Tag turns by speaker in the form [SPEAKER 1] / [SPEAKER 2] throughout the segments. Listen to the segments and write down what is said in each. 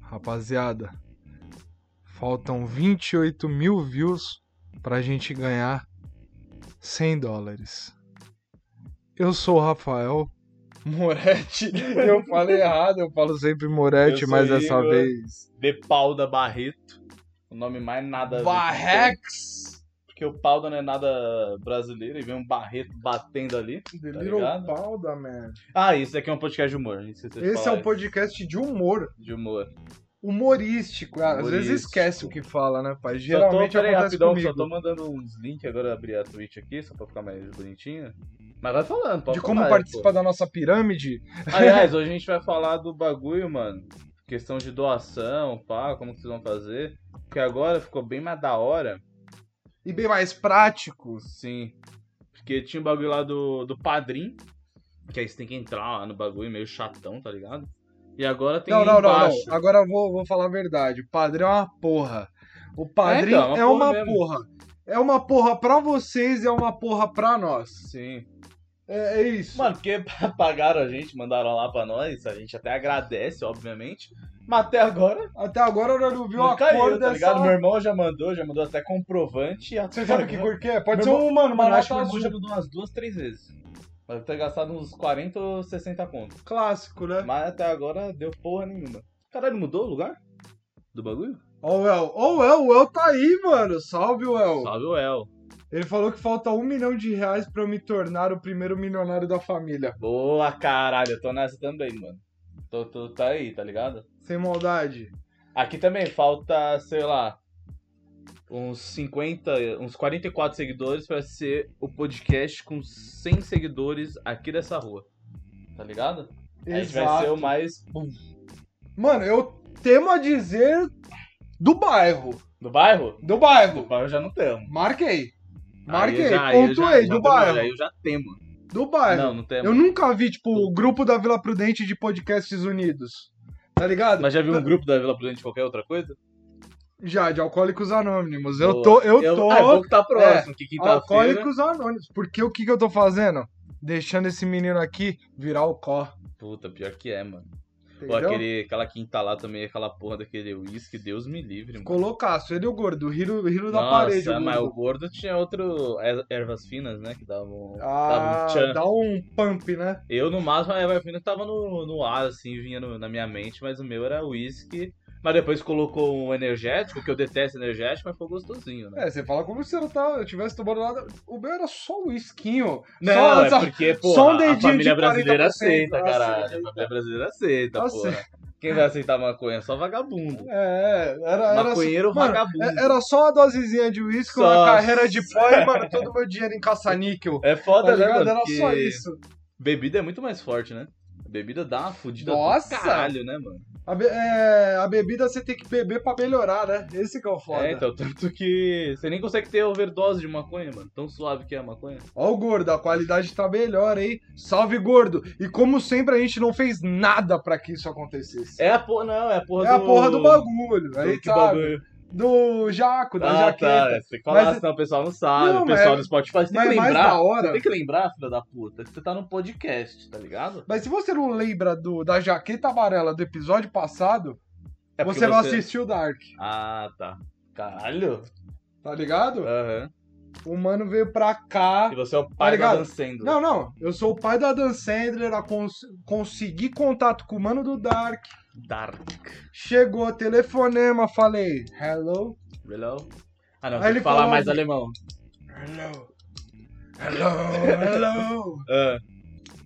[SPEAKER 1] rapaziada, faltam 28 mil views pra gente ganhar 100 dólares. Eu sou o Rafael Moretti. Eu falei errado, eu falo sempre Moretti,
[SPEAKER 2] Eu sou
[SPEAKER 1] mas dessa
[SPEAKER 2] Igor.
[SPEAKER 1] vez.
[SPEAKER 2] De Pauda Barreto. O nome mais
[SPEAKER 1] Tá
[SPEAKER 2] nada. a ver com
[SPEAKER 1] Barrex!
[SPEAKER 2] ele, Porque o Pauda não é nada brasileiro e vem um Barreto batendo ali.
[SPEAKER 1] The
[SPEAKER 2] Tá
[SPEAKER 1] Little
[SPEAKER 2] ligado?
[SPEAKER 1] Palda, man.
[SPEAKER 2] Ah, isso aqui é um podcast de humor. Esse
[SPEAKER 1] Esse é um podcast de humor.
[SPEAKER 2] de humor.
[SPEAKER 1] Humorístico. Às vezes
[SPEAKER 2] Humorístico.
[SPEAKER 1] esquece o que fala, né, pai?
[SPEAKER 2] só
[SPEAKER 1] Geralmente
[SPEAKER 2] tô, peraí,
[SPEAKER 1] acontece
[SPEAKER 2] rapidão,
[SPEAKER 1] comigo.
[SPEAKER 2] só tô mandando uns links agora abrir a Twitch aqui, só pra ficar mais bonitinho. Mas vai falando, pode
[SPEAKER 1] De como
[SPEAKER 2] falar,
[SPEAKER 1] participar
[SPEAKER 2] pô.
[SPEAKER 1] da nossa pirâmide.
[SPEAKER 2] Aliás, hoje a gente vai falar do bagulho, mano. Questão de doação, pá, como que vocês vão fazer. Porque agora ficou bem mais da hora.
[SPEAKER 1] E bem mais prático.
[SPEAKER 2] Sim. Porque tinha o bagulho lá do, do Padrim, que aí você tem que entrar lá no bagulho meio chatão, tá ligado? E agora tem
[SPEAKER 1] não, não, não,
[SPEAKER 2] embaixo.
[SPEAKER 1] não. Agora eu vou, vou falar a verdade. O padrinho é uma porra. O padrinho
[SPEAKER 2] É, então,
[SPEAKER 1] é
[SPEAKER 2] é uma
[SPEAKER 1] uma,
[SPEAKER 2] porra mesmo.
[SPEAKER 1] porra. É uma porra pra vocês e é uma porra pra nós.
[SPEAKER 2] Sim.
[SPEAKER 1] É, é isso.
[SPEAKER 2] Mano, porque pagaram a gente, mandaram lá pra nós, a gente até agradece, obviamente. Mas até agora
[SPEAKER 1] Até agora nós não viu
[SPEAKER 2] não
[SPEAKER 1] a cor
[SPEAKER 2] caiu, tá
[SPEAKER 1] dessa...
[SPEAKER 2] ligado? Meu irmão já mandou, já mandou até comprovante.
[SPEAKER 1] Você sabe que cor que é? Pode
[SPEAKER 2] Meu
[SPEAKER 1] ser um, mano, uma
[SPEAKER 2] Mano,
[SPEAKER 1] nota
[SPEAKER 2] acho que meu irmão
[SPEAKER 1] azul.
[SPEAKER 2] já mandou umas duas, três vezes. Deve ter gastado uns 40 ou 60 conto.
[SPEAKER 1] Clássico, né?
[SPEAKER 2] Mas até agora deu porra nenhuma. Caralho, mudou o lugar? Do bagulho?
[SPEAKER 1] Ó o El. Ó o El, o El tá aí, mano. Salve, o El.
[SPEAKER 2] Salve o El.
[SPEAKER 1] Ele falou que falta um milhão de reais pra eu me tornar o primeiro milionário da família.
[SPEAKER 2] Boa, caralho, eu tô nessa também, mano. Tô, tô, tá aí, tá ligado?
[SPEAKER 1] Sem maldade.
[SPEAKER 2] Aqui também falta, sei lá, uns 50, uns 44 seguidores pra ser o podcast com 100 seguidores aqui dessa rua. Tá ligado? A gente vai ser o mais pum,
[SPEAKER 1] Mano, eu temo a dizer do bairro.
[SPEAKER 2] do bairro?
[SPEAKER 1] Do
[SPEAKER 2] Do
[SPEAKER 1] bairro.
[SPEAKER 2] bairro eu já não temo.
[SPEAKER 1] Marquei.
[SPEAKER 2] Aí
[SPEAKER 1] Marquei.
[SPEAKER 2] eu já- aí eu já-
[SPEAKER 1] pontuei.
[SPEAKER 2] já
[SPEAKER 1] do
[SPEAKER 2] temo,
[SPEAKER 1] bairro.
[SPEAKER 2] Aí eu já temo.
[SPEAKER 1] Do bairro.
[SPEAKER 2] Não, é não temo.
[SPEAKER 1] eu nunca vi, tipo, o grupo da Vila Prudente de Podcasts Unidos. Tá ligado?
[SPEAKER 2] Mas já viu um grupo da Vila Prudente qualquer outra coisa?
[SPEAKER 1] Já, de Alcoólicos Anônimos. Eu
[SPEAKER 2] Boa.
[SPEAKER 1] tô. Eu tô.
[SPEAKER 2] Ah, é bom que tá próximo, que quinta-feira...
[SPEAKER 1] Alcoólicos Anônimos. Porque o que, que eu tô fazendo? Deixando esse menino aqui virar o có.
[SPEAKER 2] Puta, pior que é, mano. Pô,
[SPEAKER 1] Entendeu?
[SPEAKER 2] aquele, aquela quinta lá também, aquela porra daquele uísque, Deus me livre, mano.
[SPEAKER 1] Colocaço, ele e o gordo, o riro, o riro da
[SPEAKER 2] Nossa, é,
[SPEAKER 1] parede. né? o
[SPEAKER 2] mas
[SPEAKER 1] gordo.
[SPEAKER 2] o gordo tinha outro er- ervas finas, né? Que davam.
[SPEAKER 1] Ah,
[SPEAKER 2] davam tchan.
[SPEAKER 1] dá um pump, né?
[SPEAKER 2] Eu, no máximo, a erva fina tava no, no ar, assim, vinha no- na minha mente, mas o meu era uísque. Mas depois colocou um energético, que eu detesto energético, mas foi gostosinho, né?
[SPEAKER 1] É, você fala como se eu, tá, eu tivesse tomando nada. O meu era só o esquinho.
[SPEAKER 2] Não,
[SPEAKER 1] só,
[SPEAKER 2] é porque, pô,
[SPEAKER 1] só um
[SPEAKER 2] a
[SPEAKER 1] dedinho
[SPEAKER 2] família
[SPEAKER 1] de 40%
[SPEAKER 2] brasileira
[SPEAKER 1] assim,
[SPEAKER 2] aceita, caralho.
[SPEAKER 1] aceita.
[SPEAKER 2] A família brasileira aceita,
[SPEAKER 1] Aceita.
[SPEAKER 2] porra. Quem vai aceitar maconha? Só vagabundo.
[SPEAKER 1] Assim, É, era, era,
[SPEAKER 2] Maconheiro
[SPEAKER 1] mano,
[SPEAKER 2] vagabundo.
[SPEAKER 1] é- era só uma dosezinha de uísque, uma
[SPEAKER 2] Só-
[SPEAKER 1] carreira de pó e, mano, todo o meu dinheiro em caça-níquel.
[SPEAKER 2] É foda,
[SPEAKER 1] Tá
[SPEAKER 2] né,
[SPEAKER 1] ligado?
[SPEAKER 2] mano?
[SPEAKER 1] Era só
[SPEAKER 2] Porque-
[SPEAKER 1] isso.
[SPEAKER 2] Bebida é muito mais forte, né? Bebida dá uma fudida
[SPEAKER 1] Nossa!
[SPEAKER 2] do caralho, né, mano?
[SPEAKER 1] A, be- é, a bebida você tem que beber pra melhorar, né? Esse que é o foda.
[SPEAKER 2] É, então, tanto que você nem consegue ter overdose de maconha, mano. Tão suave que é a maconha.
[SPEAKER 1] Ó o gordo, a qualidade tá melhor, hein? Salve, gordo! E como sempre, a gente não fez nada pra que isso acontecesse.
[SPEAKER 2] É a porra, não, é a porra
[SPEAKER 1] É
[SPEAKER 2] do...
[SPEAKER 1] a porra do bagulho, aí,
[SPEAKER 2] Do, que
[SPEAKER 1] sabe?
[SPEAKER 2] bagulho?
[SPEAKER 1] Do jaco, da
[SPEAKER 2] Ah, tá,
[SPEAKER 1] jaqueta.
[SPEAKER 2] é, tem que falar,
[SPEAKER 1] Mas-
[SPEAKER 2] senão o pessoal não sabe.
[SPEAKER 1] Não,
[SPEAKER 2] o pessoal
[SPEAKER 1] mas-
[SPEAKER 2] do Spotify você tem
[SPEAKER 1] Mas
[SPEAKER 2] que
[SPEAKER 1] mais da
[SPEAKER 2] lembrar.
[SPEAKER 1] hora...
[SPEAKER 2] Tem que lembrar, filha da puta, que você tá num podcast, tá ligado?
[SPEAKER 1] Mas se você não lembra do, da jaqueta amarela do episódio passado,
[SPEAKER 2] É porque
[SPEAKER 1] você não assistiu Dark,
[SPEAKER 2] Ah, tá. Caralho.
[SPEAKER 1] tá ligado?
[SPEAKER 2] Aham.
[SPEAKER 1] O mano veio pra cá.
[SPEAKER 2] E você é o pai
[SPEAKER 1] Ah, tá ligado?
[SPEAKER 2] da Dan Sandler.
[SPEAKER 1] Não, não. Eu sou o pai da Dan Sandler, a cons- consegui contato com o mano do Dark.
[SPEAKER 2] Dark.
[SPEAKER 1] Chegou, telefonema, falei, hello?
[SPEAKER 2] Hello? Ah, não,
[SPEAKER 1] Aí
[SPEAKER 2] tem
[SPEAKER 1] ele
[SPEAKER 2] que falar
[SPEAKER 1] falou-
[SPEAKER 2] mais alemão.
[SPEAKER 1] Hello. Hello, hello.
[SPEAKER 2] Ah,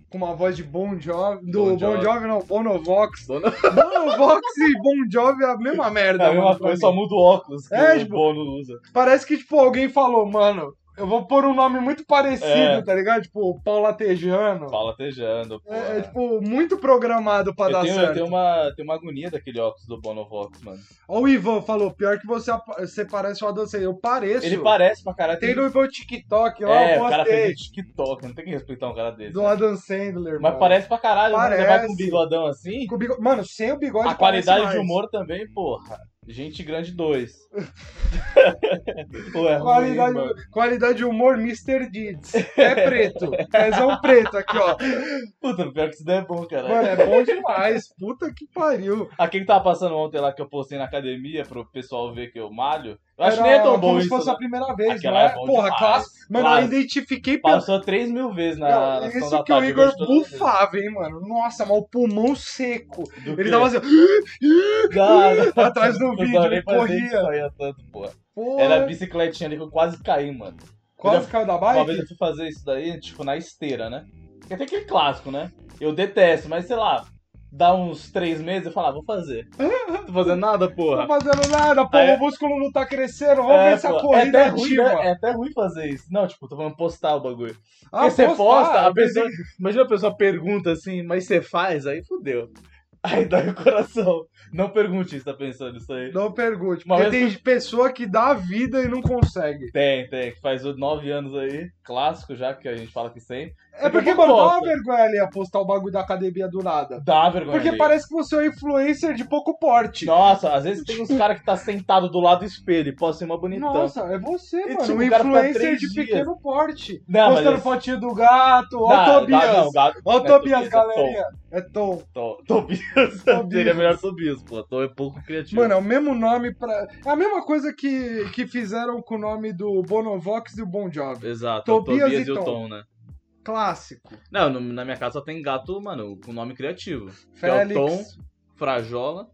[SPEAKER 1] Com uma voz de Bon Jovi. Do
[SPEAKER 2] Bon
[SPEAKER 1] Bon
[SPEAKER 2] Jovi.
[SPEAKER 1] Jovi, não, Bonovox.
[SPEAKER 2] Bono-
[SPEAKER 1] Bonovox e Bon Jovi é a mesma merda.
[SPEAKER 2] É a mesma
[SPEAKER 1] mano, pra
[SPEAKER 2] coisa,
[SPEAKER 1] mim.
[SPEAKER 2] só muda o óculos que
[SPEAKER 1] É,
[SPEAKER 2] o
[SPEAKER 1] tipo-
[SPEAKER 2] Bono usa.
[SPEAKER 1] Parece que, tipo, alguém falou, mano, eu vou pôr um nome muito parecido,
[SPEAKER 2] É.
[SPEAKER 1] tá ligado? Tipo, Paula Tejano.
[SPEAKER 2] Fala tejando, pô.
[SPEAKER 1] É, é, tipo, muito programado pra
[SPEAKER 2] eu,
[SPEAKER 1] dar
[SPEAKER 2] tenho, eu
[SPEAKER 1] certo.
[SPEAKER 2] tenho uma, tenho uma agonia daquele óculos do Bonovox, mano.
[SPEAKER 1] Ó, o Ivan falou, pior que você, apa- você parece o Adam Sandler. Eu pareço.
[SPEAKER 2] Ele parece pra caralho.
[SPEAKER 1] Tem no meu TikTok lá,
[SPEAKER 2] É,
[SPEAKER 1] eu
[SPEAKER 2] o cara
[SPEAKER 1] postei.
[SPEAKER 2] fez um TikTok, não tem que respeitar um cara desse.
[SPEAKER 1] Do Adam Sandler,
[SPEAKER 2] Mas
[SPEAKER 1] mano.
[SPEAKER 2] parece pra caralho, mano. Você vai com
[SPEAKER 1] Parece.
[SPEAKER 2] um bigodão assim,
[SPEAKER 1] Com o bigo- Mano, sem o bigode
[SPEAKER 2] a qualidade
[SPEAKER 1] parece
[SPEAKER 2] de
[SPEAKER 1] mais.
[SPEAKER 2] humor também, porra. Gente Grande 2. Ué,
[SPEAKER 1] Qualidade,
[SPEAKER 2] é mano.
[SPEAKER 1] qualidade humor Mr. Deeds. É preto. Pezão preto aqui, ó.
[SPEAKER 2] Puta, pior que isso daí é bom, cara.
[SPEAKER 1] Mano, é bom demais. Puta que pariu.
[SPEAKER 2] Aquele que tava passando ontem lá que eu postei na academia pro pessoal ver que eu malho. Eu acho que nem é
[SPEAKER 1] Era um
[SPEAKER 2] tão bom
[SPEAKER 1] Como
[SPEAKER 2] isso.
[SPEAKER 1] se fosse a
[SPEAKER 2] né?
[SPEAKER 1] primeira vez,
[SPEAKER 2] Aquela
[SPEAKER 1] não é?
[SPEAKER 2] é bom
[SPEAKER 1] Porra,
[SPEAKER 2] demais.
[SPEAKER 1] clássico. Mano, eu
[SPEAKER 2] Clássico.
[SPEAKER 1] identifiquei pelo
[SPEAKER 2] Passou 3 mil vezes na,
[SPEAKER 1] Não,
[SPEAKER 2] na sessão
[SPEAKER 1] isso
[SPEAKER 2] da
[SPEAKER 1] que o
[SPEAKER 2] tarde. eu
[SPEAKER 1] Igor
[SPEAKER 2] gosto de todas
[SPEAKER 1] bufava, hein, mano. Nossa, mas o pulmão seco.
[SPEAKER 2] as vezes. Do
[SPEAKER 1] Ele
[SPEAKER 2] quê?
[SPEAKER 1] tava assim,
[SPEAKER 2] Cara,
[SPEAKER 1] atrás do
[SPEAKER 2] eu
[SPEAKER 1] vídeo,
[SPEAKER 2] adorei
[SPEAKER 1] ele
[SPEAKER 2] fazer
[SPEAKER 1] corria.
[SPEAKER 2] isso aí, é tanto, porra.
[SPEAKER 1] Porra,
[SPEAKER 2] Era a bicicletinha ali que eu quase caí, mano.
[SPEAKER 1] quase caiu da
[SPEAKER 2] é Uma
[SPEAKER 1] bike.
[SPEAKER 2] vez eu fui fazer isso daí, tipo, na esteira, né? Porque Tem aquele clássico, né? Eu detesto, mas sei lá, dá uns três meses eu falo, ah, vou fazer. Não tô fazendo nada,
[SPEAKER 1] Não
[SPEAKER 2] porra.
[SPEAKER 1] tô fazendo nada, pô,
[SPEAKER 2] Aí- é-
[SPEAKER 1] o músculo não tá crescendo, vamos ver essa
[SPEAKER 2] pô,
[SPEAKER 1] corrida
[SPEAKER 2] até ruim,
[SPEAKER 1] ativa.
[SPEAKER 2] né? É até ruim fazer isso. Não, tipo, tô falando postar o bagulho.
[SPEAKER 1] Ah,
[SPEAKER 2] É Porque você
[SPEAKER 1] posso-
[SPEAKER 2] posta,
[SPEAKER 1] ah,
[SPEAKER 2] a pessoa. Imagina a pessoa pergunta assim, mas você faz? Aí fudeu. Aí dói o coração. Não pergunte isso, tá pensando isso aí.
[SPEAKER 1] Não pergunte,
[SPEAKER 2] Uma
[SPEAKER 1] porque
[SPEAKER 2] vez
[SPEAKER 1] tem pessoa que dá a vida e não consegue.
[SPEAKER 2] Tem, tem, que faz nove anos aí, clássico já, que a gente fala que sempre.
[SPEAKER 1] É porque,
[SPEAKER 2] Porque eu
[SPEAKER 1] mano, dá uma
[SPEAKER 2] posto.
[SPEAKER 1] vergonha ali a postar o bagulho da academia do nada.
[SPEAKER 2] Dá vergonha.
[SPEAKER 1] Porque
[SPEAKER 2] alheia.
[SPEAKER 1] parece que você é um influencer de pouco porte.
[SPEAKER 2] Nossa, às vezes tem uns caras que tá sentado do lado do espelho e pode ser uma bonitão.
[SPEAKER 1] Nossa, é você,
[SPEAKER 2] Então. E,
[SPEAKER 1] mano.
[SPEAKER 2] tipo,
[SPEAKER 1] um
[SPEAKER 2] o cara fica
[SPEAKER 1] influencer
[SPEAKER 2] três
[SPEAKER 1] de
[SPEAKER 2] dias.
[SPEAKER 1] pequeno porte.
[SPEAKER 2] Não, mas
[SPEAKER 1] postando
[SPEAKER 2] esse-
[SPEAKER 1] fotinho do gato. Ó
[SPEAKER 2] Não,
[SPEAKER 1] o Tobias.
[SPEAKER 2] não, gato-
[SPEAKER 1] ó o
[SPEAKER 2] não é
[SPEAKER 1] Tobias,
[SPEAKER 2] é
[SPEAKER 1] galerinha. É Tom.
[SPEAKER 2] Tom, Tom, Tobias.
[SPEAKER 1] Tobias.
[SPEAKER 2] Seria melhor Tobias, pô. Tom é pouco criativo.
[SPEAKER 1] Mano, é o mesmo nome pra... É a mesma coisa que, que fizeram com o nome do Bonovox e do Bon Jovi.
[SPEAKER 2] Exato,
[SPEAKER 1] é Tobias
[SPEAKER 2] Tobias,
[SPEAKER 1] e
[SPEAKER 2] e o
[SPEAKER 1] Tom.
[SPEAKER 2] Tom, né?
[SPEAKER 1] Clássico.
[SPEAKER 2] Não, no- na minha casa só tem gato, mano, com nome criativo. Que é o
[SPEAKER 1] Félix.
[SPEAKER 2] Tom, Frajola.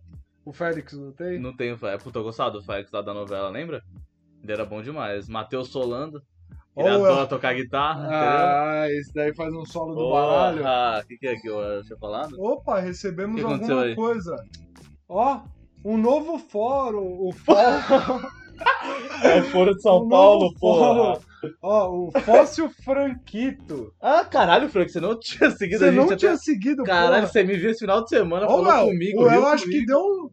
[SPEAKER 1] O Félix, não tem?
[SPEAKER 2] Não tem o Félix. Puta, eu gostava do Félix lá da novela, lembra? Ele era bom demais. Matheus Solando. Ele
[SPEAKER 1] Ou
[SPEAKER 2] adora tocar guitarra, entendeu?
[SPEAKER 1] Ah, esse daí faz um solo do baralho.
[SPEAKER 2] Ah, o que, que é que eu tinha falado?
[SPEAKER 1] Opa,
[SPEAKER 2] O
[SPEAKER 1] recebemos
[SPEAKER 2] que aconteceu
[SPEAKER 1] alguma
[SPEAKER 2] aí?
[SPEAKER 1] coisa. Ó, um novo fórum. O fórum...
[SPEAKER 2] É Foro de
[SPEAKER 1] O
[SPEAKER 2] São
[SPEAKER 1] novo Foro.
[SPEAKER 2] Paulo, porra.
[SPEAKER 1] Ó, o Fóssil Franquito.
[SPEAKER 2] Ah, caralho, Frank, você não tinha seguido
[SPEAKER 1] Você
[SPEAKER 2] a gente
[SPEAKER 1] não
[SPEAKER 2] até-
[SPEAKER 1] tinha seguido,
[SPEAKER 2] Caralho,
[SPEAKER 1] porra.
[SPEAKER 2] você me viu esse final de semana,
[SPEAKER 1] Ó,
[SPEAKER 2] falou
[SPEAKER 1] Léo,
[SPEAKER 2] comigo.
[SPEAKER 1] o
[SPEAKER 2] riu
[SPEAKER 1] Léo acho
[SPEAKER 2] comigo.
[SPEAKER 1] que deu um...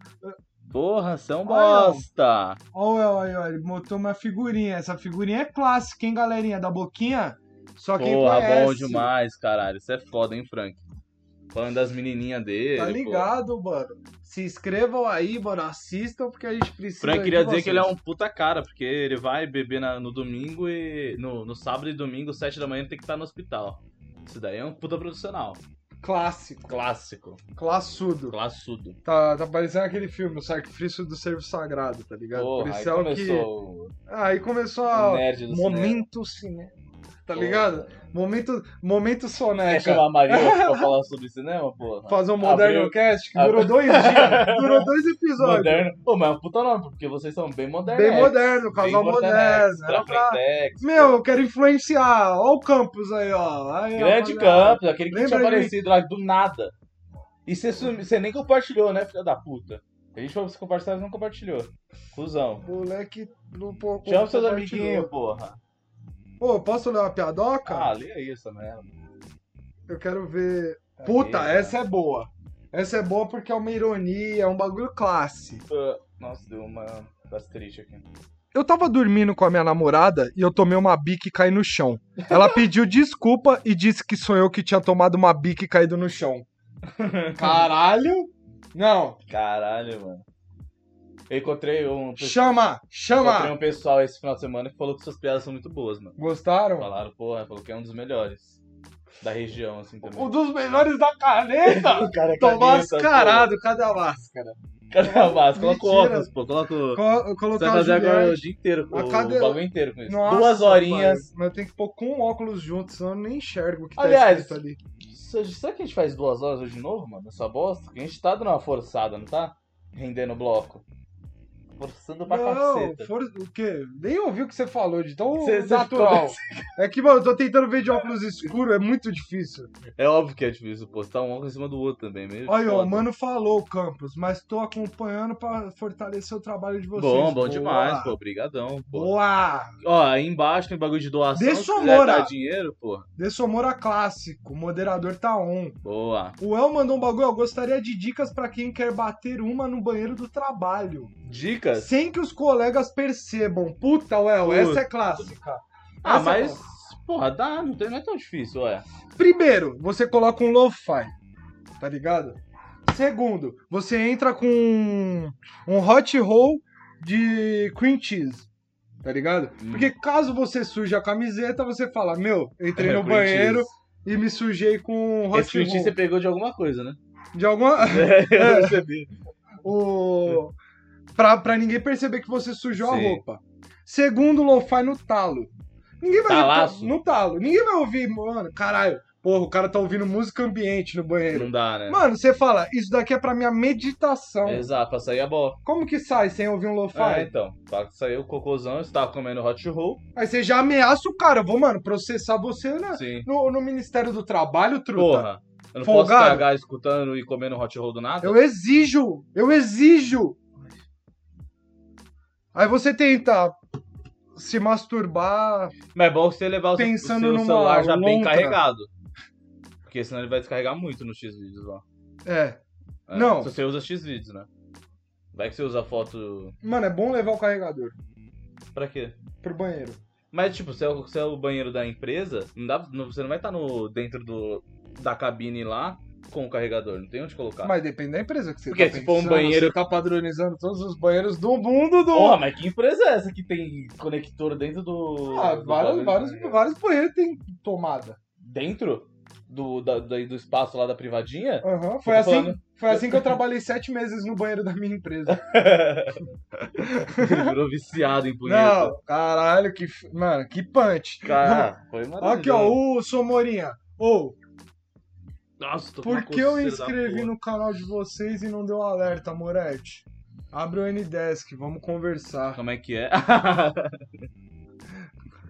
[SPEAKER 2] Porra, são
[SPEAKER 1] Ah, Léo.
[SPEAKER 2] bosta.
[SPEAKER 1] Ó, o Léo aí, ó, ele botou uma figurinha. Essa figurinha é clássica, hein, galerinha? Da boquinha, só quem
[SPEAKER 2] Porra,
[SPEAKER 1] conhece.
[SPEAKER 2] bom demais, caralho. Isso é foda, hein, Frank? Falando das menininhas dele.
[SPEAKER 1] Tá
[SPEAKER 2] pô.
[SPEAKER 1] ligado, mano? Se inscrevam aí, mano. Assistam, porque a gente precisa
[SPEAKER 2] Frank
[SPEAKER 1] de
[SPEAKER 2] queria dizer
[SPEAKER 1] vocês.
[SPEAKER 2] que ele é um puta cara, porque ele vai beber na- no domingo e. No, no sábado e domingo, sete da manhã, ele tem que estar no hospital. Isso daí é um puta profissional.
[SPEAKER 1] Clássico.
[SPEAKER 2] Clássico.
[SPEAKER 1] Classudo.
[SPEAKER 2] Classudo.
[SPEAKER 1] Tá, tá parecendo aquele filme, o Sacrifício do Servo Sagrado, tá ligado?
[SPEAKER 2] Porra, aí
[SPEAKER 1] isso é o
[SPEAKER 2] começou
[SPEAKER 1] que... Aí começou
[SPEAKER 2] o
[SPEAKER 1] a...
[SPEAKER 2] nerd do cinema.
[SPEAKER 1] Momento cinema. Tá ligado?
[SPEAKER 2] Porra.
[SPEAKER 1] Momento, momento
[SPEAKER 2] Quer
[SPEAKER 1] soneca.
[SPEAKER 2] chamar a Maria pra falar sobre cinema, porra?
[SPEAKER 1] Fazer um moderno
[SPEAKER 2] Abriu-
[SPEAKER 1] cast que
[SPEAKER 2] Ab-
[SPEAKER 1] durou dois dias. durou dois episódios.
[SPEAKER 2] Moderno. Pô, mas é um puta nome, porque vocês são É, bem modernos.
[SPEAKER 1] Bem moderno, casal moderno. Era pra- Meu, eu quero influenciar. Ó o Campos aí, ó. Aí,
[SPEAKER 2] Grande
[SPEAKER 1] rapaziada.
[SPEAKER 2] Campos, aquele que
[SPEAKER 1] Lembra
[SPEAKER 2] tinha
[SPEAKER 1] de mim?
[SPEAKER 2] aparecido lá do nada. E você sumi- você nem compartilhou, né, filha da puta? A gente falou pra você compartilhar, você não compartilhou. Cusão.
[SPEAKER 1] Moleque do pouco.
[SPEAKER 2] Chama seus amiguinhos, porra.
[SPEAKER 1] Pô, posso ler uma piadoca?
[SPEAKER 2] Ah, lê aí essa merda.
[SPEAKER 1] Eu quero ver.
[SPEAKER 2] Tá
[SPEAKER 1] Puta,
[SPEAKER 2] Aí,
[SPEAKER 1] essa é boa. Essa é boa porque é uma ironia, é um bagulho classe.
[SPEAKER 2] ah, Nossa, deu uma das triste aqui.
[SPEAKER 1] Eu tava dormindo com a minha namorada e eu tomei uma bica e caí no chão. Ela pediu desculpa e disse que sou eu que tinha tomado uma bica e caído no chão. Caralho? Não.
[SPEAKER 2] Caralho, mano. Eu encontrei um,
[SPEAKER 1] Chama,
[SPEAKER 2] encontrei
[SPEAKER 1] chama.
[SPEAKER 2] um pessoal esse final de semana que falou que suas piadas são muito boas, mano.
[SPEAKER 1] Gostaram?
[SPEAKER 2] Falaram, porra, falou que é um dos melhores. Da região, assim, também.
[SPEAKER 1] Um dos melhores da caneta.
[SPEAKER 2] cara tá
[SPEAKER 1] Tô mascarado, cadê a máscara?
[SPEAKER 2] Cadê a máscara? é um Coloca o
[SPEAKER 1] Mentira.
[SPEAKER 2] óculos, pô. Coloca o...
[SPEAKER 1] Co
[SPEAKER 2] Você
[SPEAKER 1] colocar
[SPEAKER 2] vai
[SPEAKER 1] o
[SPEAKER 2] fazer agora o
[SPEAKER 1] Juliette.
[SPEAKER 2] dia inteiro, com
[SPEAKER 1] A
[SPEAKER 2] o
[SPEAKER 1] cada-
[SPEAKER 2] bagulho inteiro com isso.
[SPEAKER 1] Nossa,
[SPEAKER 2] Duas horinhas.
[SPEAKER 1] pai, Mas eu tenho que pôr com um óculos junto, senão eu nem enxergo o que
[SPEAKER 2] Aliás,
[SPEAKER 1] tá escrito ali.
[SPEAKER 2] Isso- Será que a gente faz duas horas hoje de novo, mano? Essa bosta? Porque a gente tá dando uma forçada, não tá? Rendendo o bloco. Forçando pra caceta.
[SPEAKER 1] for... o quê? Nem ouvi o que você falou de tão
[SPEAKER 2] Cê- cê
[SPEAKER 1] natural. É que, mano, eu tô tentando ver de óculos escuro, é muito difículo.
[SPEAKER 2] É óbvio que é difícil postar um óculos em cima do outro também, mesmo.
[SPEAKER 1] Olha, ó, o
[SPEAKER 2] Foda.
[SPEAKER 1] mano falou, Campos, mas tô acompanhando pra fortalecer o trabalho de vocês.
[SPEAKER 2] Bom, bom
[SPEAKER 1] Boa.
[SPEAKER 2] demais, pô. Obrigadão, pô.
[SPEAKER 1] Boa!
[SPEAKER 2] Ó, aí embaixo tem bagulho de doação.
[SPEAKER 1] Dê
[SPEAKER 2] se
[SPEAKER 1] sua
[SPEAKER 2] quiser
[SPEAKER 1] moral.
[SPEAKER 2] dar dinheiro, pô.
[SPEAKER 1] Dê Somora clássico, o moderador tá on.
[SPEAKER 2] Boa.
[SPEAKER 1] O El mandou um bagulho, eu gostaria de dicas pra quem quer bater uma no banheiro do trabalho.
[SPEAKER 2] Dicas?
[SPEAKER 1] Sem que os colegas percebam. Puta, Well,
[SPEAKER 2] Puta.
[SPEAKER 1] essa é clássica.
[SPEAKER 2] Ah,
[SPEAKER 1] Essa
[SPEAKER 2] mas...
[SPEAKER 1] é-
[SPEAKER 2] Porra, dá, não, tem- não é tão difícil, ué.
[SPEAKER 1] Primeiro, você coloca um lo-fi. Tá ligado? Segundo, você entra com um- um hot roll de cream cheese. Tá ligado?
[SPEAKER 2] Hum.
[SPEAKER 1] Porque caso você suje a camiseta, você fala: Meu, entrei
[SPEAKER 2] É,
[SPEAKER 1] no
[SPEAKER 2] cream
[SPEAKER 1] banheiro
[SPEAKER 2] cheese.
[SPEAKER 1] e me sujei com um
[SPEAKER 2] Esse é
[SPEAKER 1] hot
[SPEAKER 2] tweet
[SPEAKER 1] roll.
[SPEAKER 2] você pegou de alguma coisa, né?
[SPEAKER 1] De alguma.
[SPEAKER 2] Eu
[SPEAKER 1] É.
[SPEAKER 2] percebi.
[SPEAKER 1] o... pra, pra ninguém perceber que você sujou
[SPEAKER 2] Sim.
[SPEAKER 1] a roupa. Segundo, lo-fi no talo. Ninguém vai
[SPEAKER 2] Talaço.
[SPEAKER 1] No talo. Ninguém vai ouvir, mano. Caralho, porra, o cara tá ouvindo música ambiente no banheiro.
[SPEAKER 2] Não dá, né?
[SPEAKER 1] Mano, você fala, isso daqui é pra minha meditação.
[SPEAKER 2] Exato, pra sair a bola.
[SPEAKER 1] Como que sai sem ouvir um lo-fi?
[SPEAKER 2] Ah, então. Tá, saiu o cocôzão, você tava comendo hot roll.
[SPEAKER 1] Aí você já ameaça o cara, vou, mano, processar você né?
[SPEAKER 2] Sim.
[SPEAKER 1] no, no Ministério do Trabalho, truta.
[SPEAKER 2] Porra. Eu não posso
[SPEAKER 1] Folgado.
[SPEAKER 2] cagar escutando e comendo hot roll do nada?
[SPEAKER 1] Eu exijo, eu exijo. Aí você tenta se masturbar.
[SPEAKER 2] Mas é bom você levar o seu-
[SPEAKER 1] Pensando
[SPEAKER 2] o seu
[SPEAKER 1] numa
[SPEAKER 2] celular já bem
[SPEAKER 1] lontra.
[SPEAKER 2] carregado. Porque senão ele vai descarregar muito no X-Videos lá.
[SPEAKER 1] É.
[SPEAKER 2] É,
[SPEAKER 1] Não.
[SPEAKER 2] Se você usa X-Videos, né? Vai que você usa foto.
[SPEAKER 1] Mano, é bom levar o carregador
[SPEAKER 2] Pra quê?
[SPEAKER 1] pro banheiro.
[SPEAKER 2] Mas, tipo, se é o, se é o banheiro da empresa, não dá, não- você não vai estar no, dentro do, da cabine lá com o carregador. Não tem onde colocar.
[SPEAKER 1] Mas depende da empresa que você
[SPEAKER 2] Tá. Porque
[SPEAKER 1] tá
[SPEAKER 2] se for um
[SPEAKER 1] pensando,
[SPEAKER 2] banheiro-
[SPEAKER 1] Você tá padronizando todos os banheiros do mundo do.
[SPEAKER 2] Porra, mas que empresa é essa que tem conector dentro do.
[SPEAKER 1] Ah,
[SPEAKER 2] do
[SPEAKER 1] vários,
[SPEAKER 2] bagulho?
[SPEAKER 1] vários, vários banheiros tem tomada.
[SPEAKER 2] Dentro do, da- da- do espaço lá da privadinha?
[SPEAKER 1] Aham. Foi,
[SPEAKER 2] tô
[SPEAKER 1] assim,
[SPEAKER 2] falando.
[SPEAKER 1] foi assim que eu trabalhei sete meses no banheiro da minha empresa.
[SPEAKER 2] Ele virou viciado em punheta.
[SPEAKER 1] Não, caralho, que. f- Mano, que punch.
[SPEAKER 2] Cara, foi maravilhoso.
[SPEAKER 1] Aqui, ó, ô Somorinha. Ô,
[SPEAKER 2] Nossa, tô com uma
[SPEAKER 1] Por que eu
[SPEAKER 2] coceira da
[SPEAKER 1] inscrevi
[SPEAKER 2] porra.
[SPEAKER 1] no canal de vocês e não deu alerta, Moretti? Abre o Ndesk, vamos conversar.
[SPEAKER 2] Como é que é?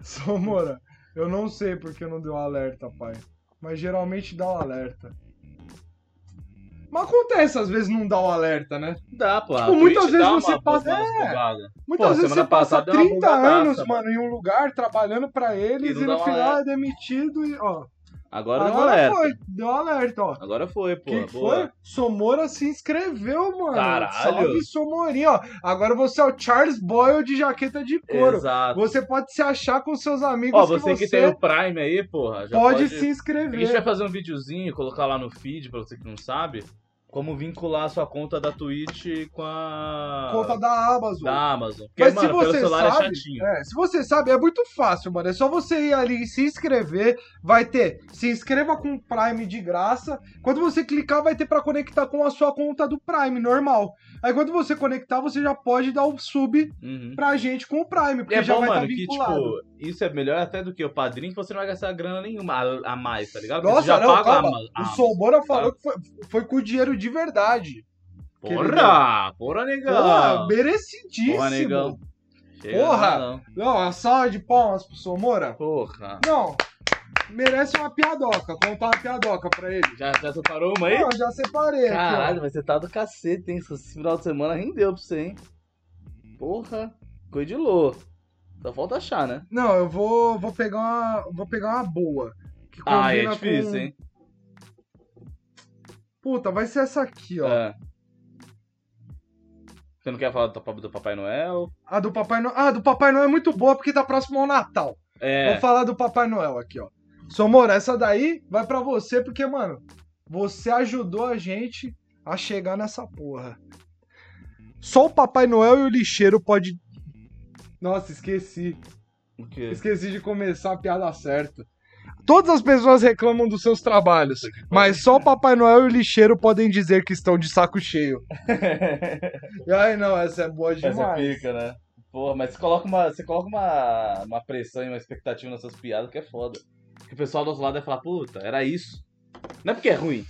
[SPEAKER 1] Sou Moura, eu não sei por que não deu alerta, pai. Mas geralmente dá o alerta. Mas acontece, às vezes não dá o alerta, né?
[SPEAKER 2] Dá, pô. a
[SPEAKER 1] Tipo, muitas
[SPEAKER 2] Twitch
[SPEAKER 1] vezes
[SPEAKER 2] dá uma
[SPEAKER 1] você passa-
[SPEAKER 2] boa
[SPEAKER 1] é.
[SPEAKER 2] escovada.
[SPEAKER 1] Muitas
[SPEAKER 2] Pô,
[SPEAKER 1] vezes
[SPEAKER 2] semana
[SPEAKER 1] você passa
[SPEAKER 2] passada deu uma
[SPEAKER 1] 30
[SPEAKER 2] bugadaça,
[SPEAKER 1] anos,
[SPEAKER 2] mano.
[SPEAKER 1] mano, em um lugar trabalhando pra eles
[SPEAKER 2] não
[SPEAKER 1] e
[SPEAKER 2] dá
[SPEAKER 1] no
[SPEAKER 2] um
[SPEAKER 1] final é demitido e, ó.
[SPEAKER 2] Agora,
[SPEAKER 1] agora
[SPEAKER 2] não é.
[SPEAKER 1] foi, deu um alerta, ó.
[SPEAKER 2] Agora foi, pô.
[SPEAKER 1] Quem
[SPEAKER 2] boa.
[SPEAKER 1] foi? Somora se inscreveu, mano.
[SPEAKER 2] Caralho.
[SPEAKER 1] Salve Somorinha, ó. Agora você é o Charles Boyle de jaqueta de couro.
[SPEAKER 2] Exato.
[SPEAKER 1] Você pode se achar com seus amigos
[SPEAKER 2] Ó, você que,
[SPEAKER 1] que
[SPEAKER 2] tem
[SPEAKER 1] você
[SPEAKER 2] o Prime aí, porra, já
[SPEAKER 1] pode,
[SPEAKER 2] pode,
[SPEAKER 1] se
[SPEAKER 2] A gente
[SPEAKER 1] inscrever.
[SPEAKER 2] vai fazer um videozinho, colocar lá no feed, pra você que não sabe, como vincular a sua conta da Twitch com a...
[SPEAKER 1] Conta da Amazon.
[SPEAKER 2] da Amazon. Porque,
[SPEAKER 1] Mas
[SPEAKER 2] mano,
[SPEAKER 1] se
[SPEAKER 2] pelo
[SPEAKER 1] você sabe,
[SPEAKER 2] celular é chatinho.
[SPEAKER 1] é, se você sabe, é muito fácil, mano. É só você ir ali e se inscrever. Vai ter, se inscreva com o Prime de graça. Quando você clicar, vai ter pra conectar com a sua conta do Prime normal. Aí quando você conectar, você já pode dar o sub
[SPEAKER 2] Uhum.
[SPEAKER 1] pra gente com o Prime,
[SPEAKER 2] E
[SPEAKER 1] porque
[SPEAKER 2] é
[SPEAKER 1] já
[SPEAKER 2] bom,
[SPEAKER 1] vai estar
[SPEAKER 2] mano, que,
[SPEAKER 1] vinculado.
[SPEAKER 2] tipo, isso é melhor até do que o padrinho, que você não vai gastar grana nenhuma a, a mais, tá ligado? Porque
[SPEAKER 1] Nossa,
[SPEAKER 2] você já
[SPEAKER 1] não, um
[SPEAKER 2] paga Ah.
[SPEAKER 1] calma.
[SPEAKER 2] a Ama- a
[SPEAKER 1] O
[SPEAKER 2] Amazon.
[SPEAKER 1] Solbora falou que foi, foi com o dinheiro de verdade. que ele
[SPEAKER 2] Ah, Porra! Porra,
[SPEAKER 1] Porra,
[SPEAKER 2] negão!
[SPEAKER 1] merecidíssimo.
[SPEAKER 2] Ah. Porra, negão. Chega,
[SPEAKER 1] Porra!
[SPEAKER 2] não.
[SPEAKER 1] Não, uma salva de palmas pro Somora.
[SPEAKER 2] Porra!
[SPEAKER 1] Não, merece uma piadoca. Contar uma piadoca pra ele.
[SPEAKER 2] Já, já separou uma aí?
[SPEAKER 1] Não, já separei aqui, ó.
[SPEAKER 2] Caralho, mas você tá do cacete, hein? Esse final de semana rendeu pra você, hein? Porra, coisa de louco. Só falta achar, né?
[SPEAKER 1] Não, eu vou, vou, pegar, uma, vou pegar uma boa. Que
[SPEAKER 2] Ah, é
[SPEAKER 1] combina
[SPEAKER 2] difícil,
[SPEAKER 1] com-
[SPEAKER 2] hein?
[SPEAKER 1] Puta, vai ser essa aqui, ó.
[SPEAKER 2] É. Você não quer falar do, do Papai Noel?
[SPEAKER 1] A do Papai Noel. Ah, do Papai Noel é muito boa porque tá próximo ao Natal.
[SPEAKER 2] É.
[SPEAKER 1] Vou falar do Papai Noel aqui, ó. Somora, essa daí vai pra você porque, mano, você ajudou a gente a chegar nessa porra. Só o Papai Noel e o lixeiro pode. Nossa, esqueci.
[SPEAKER 2] O quê?
[SPEAKER 1] Esqueci de começar a piada certa. Todas as pessoas reclamam dos seus trabalhos, mas só o Papai Noel e o lixeiro podem dizer que estão de saco cheio. Ai, não, essa é boa demais.
[SPEAKER 2] Essa é pica, né? Porra, mas você coloca, uma, você coloca uma, uma pressão e uma expectativa nessas piadas que é foda. Porque o pessoal do outro lado vai falar, puta, era isso. Não é porque é ruim.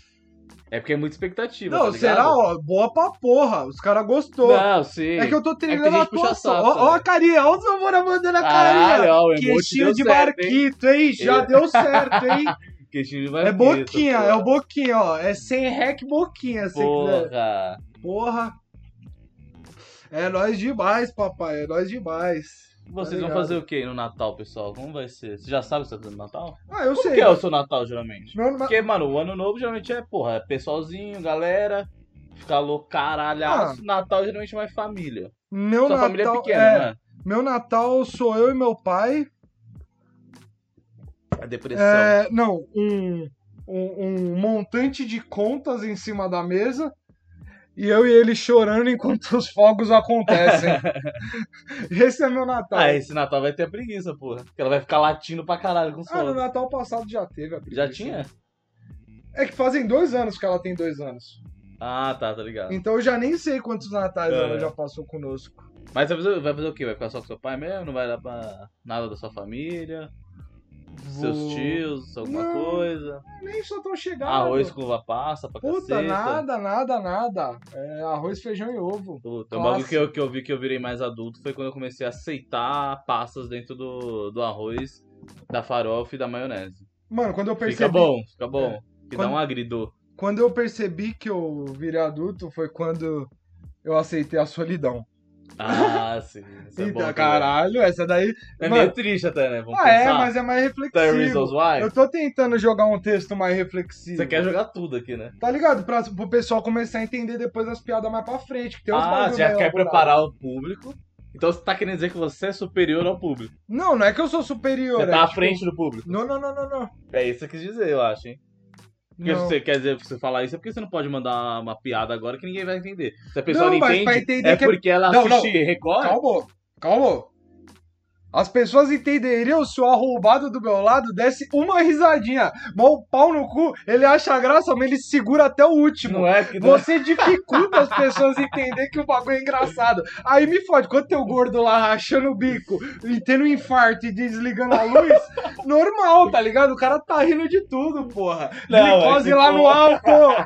[SPEAKER 2] É porque é muita expectativa.
[SPEAKER 1] Não,
[SPEAKER 2] tá ligado?
[SPEAKER 1] será, ó, boa pra porra. Os caras gostou.
[SPEAKER 2] Não, sim.
[SPEAKER 1] É que eu tô
[SPEAKER 2] É que
[SPEAKER 1] treinando
[SPEAKER 2] tem
[SPEAKER 1] a
[SPEAKER 2] gente puxa
[SPEAKER 1] atuação.
[SPEAKER 2] saco,
[SPEAKER 1] Ó, ó a
[SPEAKER 2] né?
[SPEAKER 1] carinha, ó o Zamora mandando a carinha.
[SPEAKER 2] Caralho, ó, o
[SPEAKER 1] Que
[SPEAKER 2] emote
[SPEAKER 1] Queixinho
[SPEAKER 2] deu
[SPEAKER 1] de
[SPEAKER 2] certo, hein?
[SPEAKER 1] barquito, hein? Já
[SPEAKER 2] Ele-
[SPEAKER 1] deu certo, hein?
[SPEAKER 2] Queixinho de tá
[SPEAKER 1] É
[SPEAKER 2] barquito,
[SPEAKER 1] boquinha,
[SPEAKER 2] pô.
[SPEAKER 1] é o boquinha, ó. É sem rec boquinha, se você quiser. Tá
[SPEAKER 2] Porra.
[SPEAKER 1] Porra. É nós demais, papai. É nós demais.
[SPEAKER 2] Vocês
[SPEAKER 1] Tá
[SPEAKER 2] vão
[SPEAKER 1] ligado?
[SPEAKER 2] fazer o que no Natal, pessoal? Como vai ser? Você já sabe o que você tá fazendo no Natal?
[SPEAKER 1] Ah, eu
[SPEAKER 2] Como
[SPEAKER 1] sei.
[SPEAKER 2] que é o seu Natal, geralmente?
[SPEAKER 1] Meu nome-
[SPEAKER 2] Porque, mano, o ano novo geralmente é, porra, é pessoalzinho, galera, ficar louco, caralhaço. Natal geralmente é mais família.
[SPEAKER 1] Meu
[SPEAKER 2] Sua
[SPEAKER 1] Ah. Natal.
[SPEAKER 2] família é pequena,
[SPEAKER 1] é,
[SPEAKER 2] né?
[SPEAKER 1] Meu Natal sou eu e meu pai.
[SPEAKER 2] A É depressão.
[SPEAKER 1] É, não, um, um, um montante de contas em cima da mesa. E eu e ele chorando enquanto os fogos acontecem. Esse é meu Natal.
[SPEAKER 2] Ah, esse Natal vai ter a preguiça, porra. Porque ela vai ficar latindo pra caralho com os
[SPEAKER 1] Ah, no
[SPEAKER 2] fogos.
[SPEAKER 1] Natal passado já teve a
[SPEAKER 2] Já
[SPEAKER 1] preguiça.
[SPEAKER 2] tinha?
[SPEAKER 1] É que fazem dois anos que ela tem dois anos.
[SPEAKER 2] Ah, tá, tá ligado.
[SPEAKER 1] Então eu já nem sei quantos natais
[SPEAKER 2] É.
[SPEAKER 1] ela já passou conosco.
[SPEAKER 2] Mas vai fazer, vai fazer o quê? Vai ficar só com seu pai mesmo? Não vai dar pra nada da sua família?
[SPEAKER 1] Vou-
[SPEAKER 2] Seus tios, alguma
[SPEAKER 1] Não.
[SPEAKER 2] coisa?
[SPEAKER 1] Nem sou tão chegado.
[SPEAKER 2] Arroz com uva passa pra
[SPEAKER 1] Puta,
[SPEAKER 2] caceta?
[SPEAKER 1] nada, nada, nada. É arroz, feijão e ovo.
[SPEAKER 2] Puta, o
[SPEAKER 1] Clássico.
[SPEAKER 2] bagulho que eu, que eu vi que eu virei mais adulto foi quando eu comecei a aceitar passas dentro do, do arroz, da farofa e da maionese.
[SPEAKER 1] Mano, quando eu percebi. É.
[SPEAKER 2] Fica bom, fica bom. Que
[SPEAKER 1] Quando-
[SPEAKER 2] dá um agridor.
[SPEAKER 1] Quando eu percebi que eu virei adulto foi quando eu aceitei a solidão.
[SPEAKER 2] Ah, sim. Isso é
[SPEAKER 1] Eita,
[SPEAKER 2] bom, também.
[SPEAKER 1] caralho, essa daí.
[SPEAKER 2] É
[SPEAKER 1] Mano.
[SPEAKER 2] meio triste até, né? Vamos
[SPEAKER 1] ah,
[SPEAKER 2] pensar. Tá,
[SPEAKER 1] é, mas é mais
[SPEAKER 2] Ten
[SPEAKER 1] reflexivo.
[SPEAKER 2] Reasons Why.
[SPEAKER 1] Eu tô tentando jogar um texto mais reflexivo.
[SPEAKER 2] Você quer jogar tudo aqui, né?
[SPEAKER 1] Tá ligado? Pra, pro pessoal começar a entender depois as piadas mais pra frente. Que tem uns
[SPEAKER 2] ah,
[SPEAKER 1] bagulho
[SPEAKER 2] você já
[SPEAKER 1] meio
[SPEAKER 2] quer
[SPEAKER 1] elaborado.
[SPEAKER 2] preparar o público. Então você tá querendo dizer que você é superior ao público.
[SPEAKER 1] Não, não é que eu sou superior.
[SPEAKER 2] Você
[SPEAKER 1] é
[SPEAKER 2] tá à
[SPEAKER 1] tipo-
[SPEAKER 2] frente do público.
[SPEAKER 1] Não, não, não, não, não.
[SPEAKER 2] É isso que eu quis dizer, eu acho, hein? Porque
[SPEAKER 1] Não.
[SPEAKER 2] se você quer dizer que você falar isso, é porque você não pode mandar uma piada agora que ninguém vai entender. Se a pessoa
[SPEAKER 1] Não,
[SPEAKER 2] não,
[SPEAKER 1] mas pra
[SPEAKER 2] entende,
[SPEAKER 1] entender
[SPEAKER 2] é
[SPEAKER 1] que é-
[SPEAKER 2] porque ela
[SPEAKER 1] Não, não.
[SPEAKER 2] assiste Record.
[SPEAKER 1] Calma, calma. As pessoas entenderiam se o arrombado do meu lado desse uma risadinha. Mas o pau no cu, ele acha graça, mas ele segura até o último.
[SPEAKER 2] Não é que não...
[SPEAKER 1] tipo, Você dificulta as pessoas entender que o bagulho é engraçado. Aí me fode, quando tem o gordo lá rachando o bico, e tendo um infarto e desligando a luz, normal, tá ligado? O cara tá rindo de tudo, porra.
[SPEAKER 2] Não, é
[SPEAKER 1] Glicose
[SPEAKER 2] que,
[SPEAKER 1] lá no
[SPEAKER 2] pô.
[SPEAKER 1] álcool.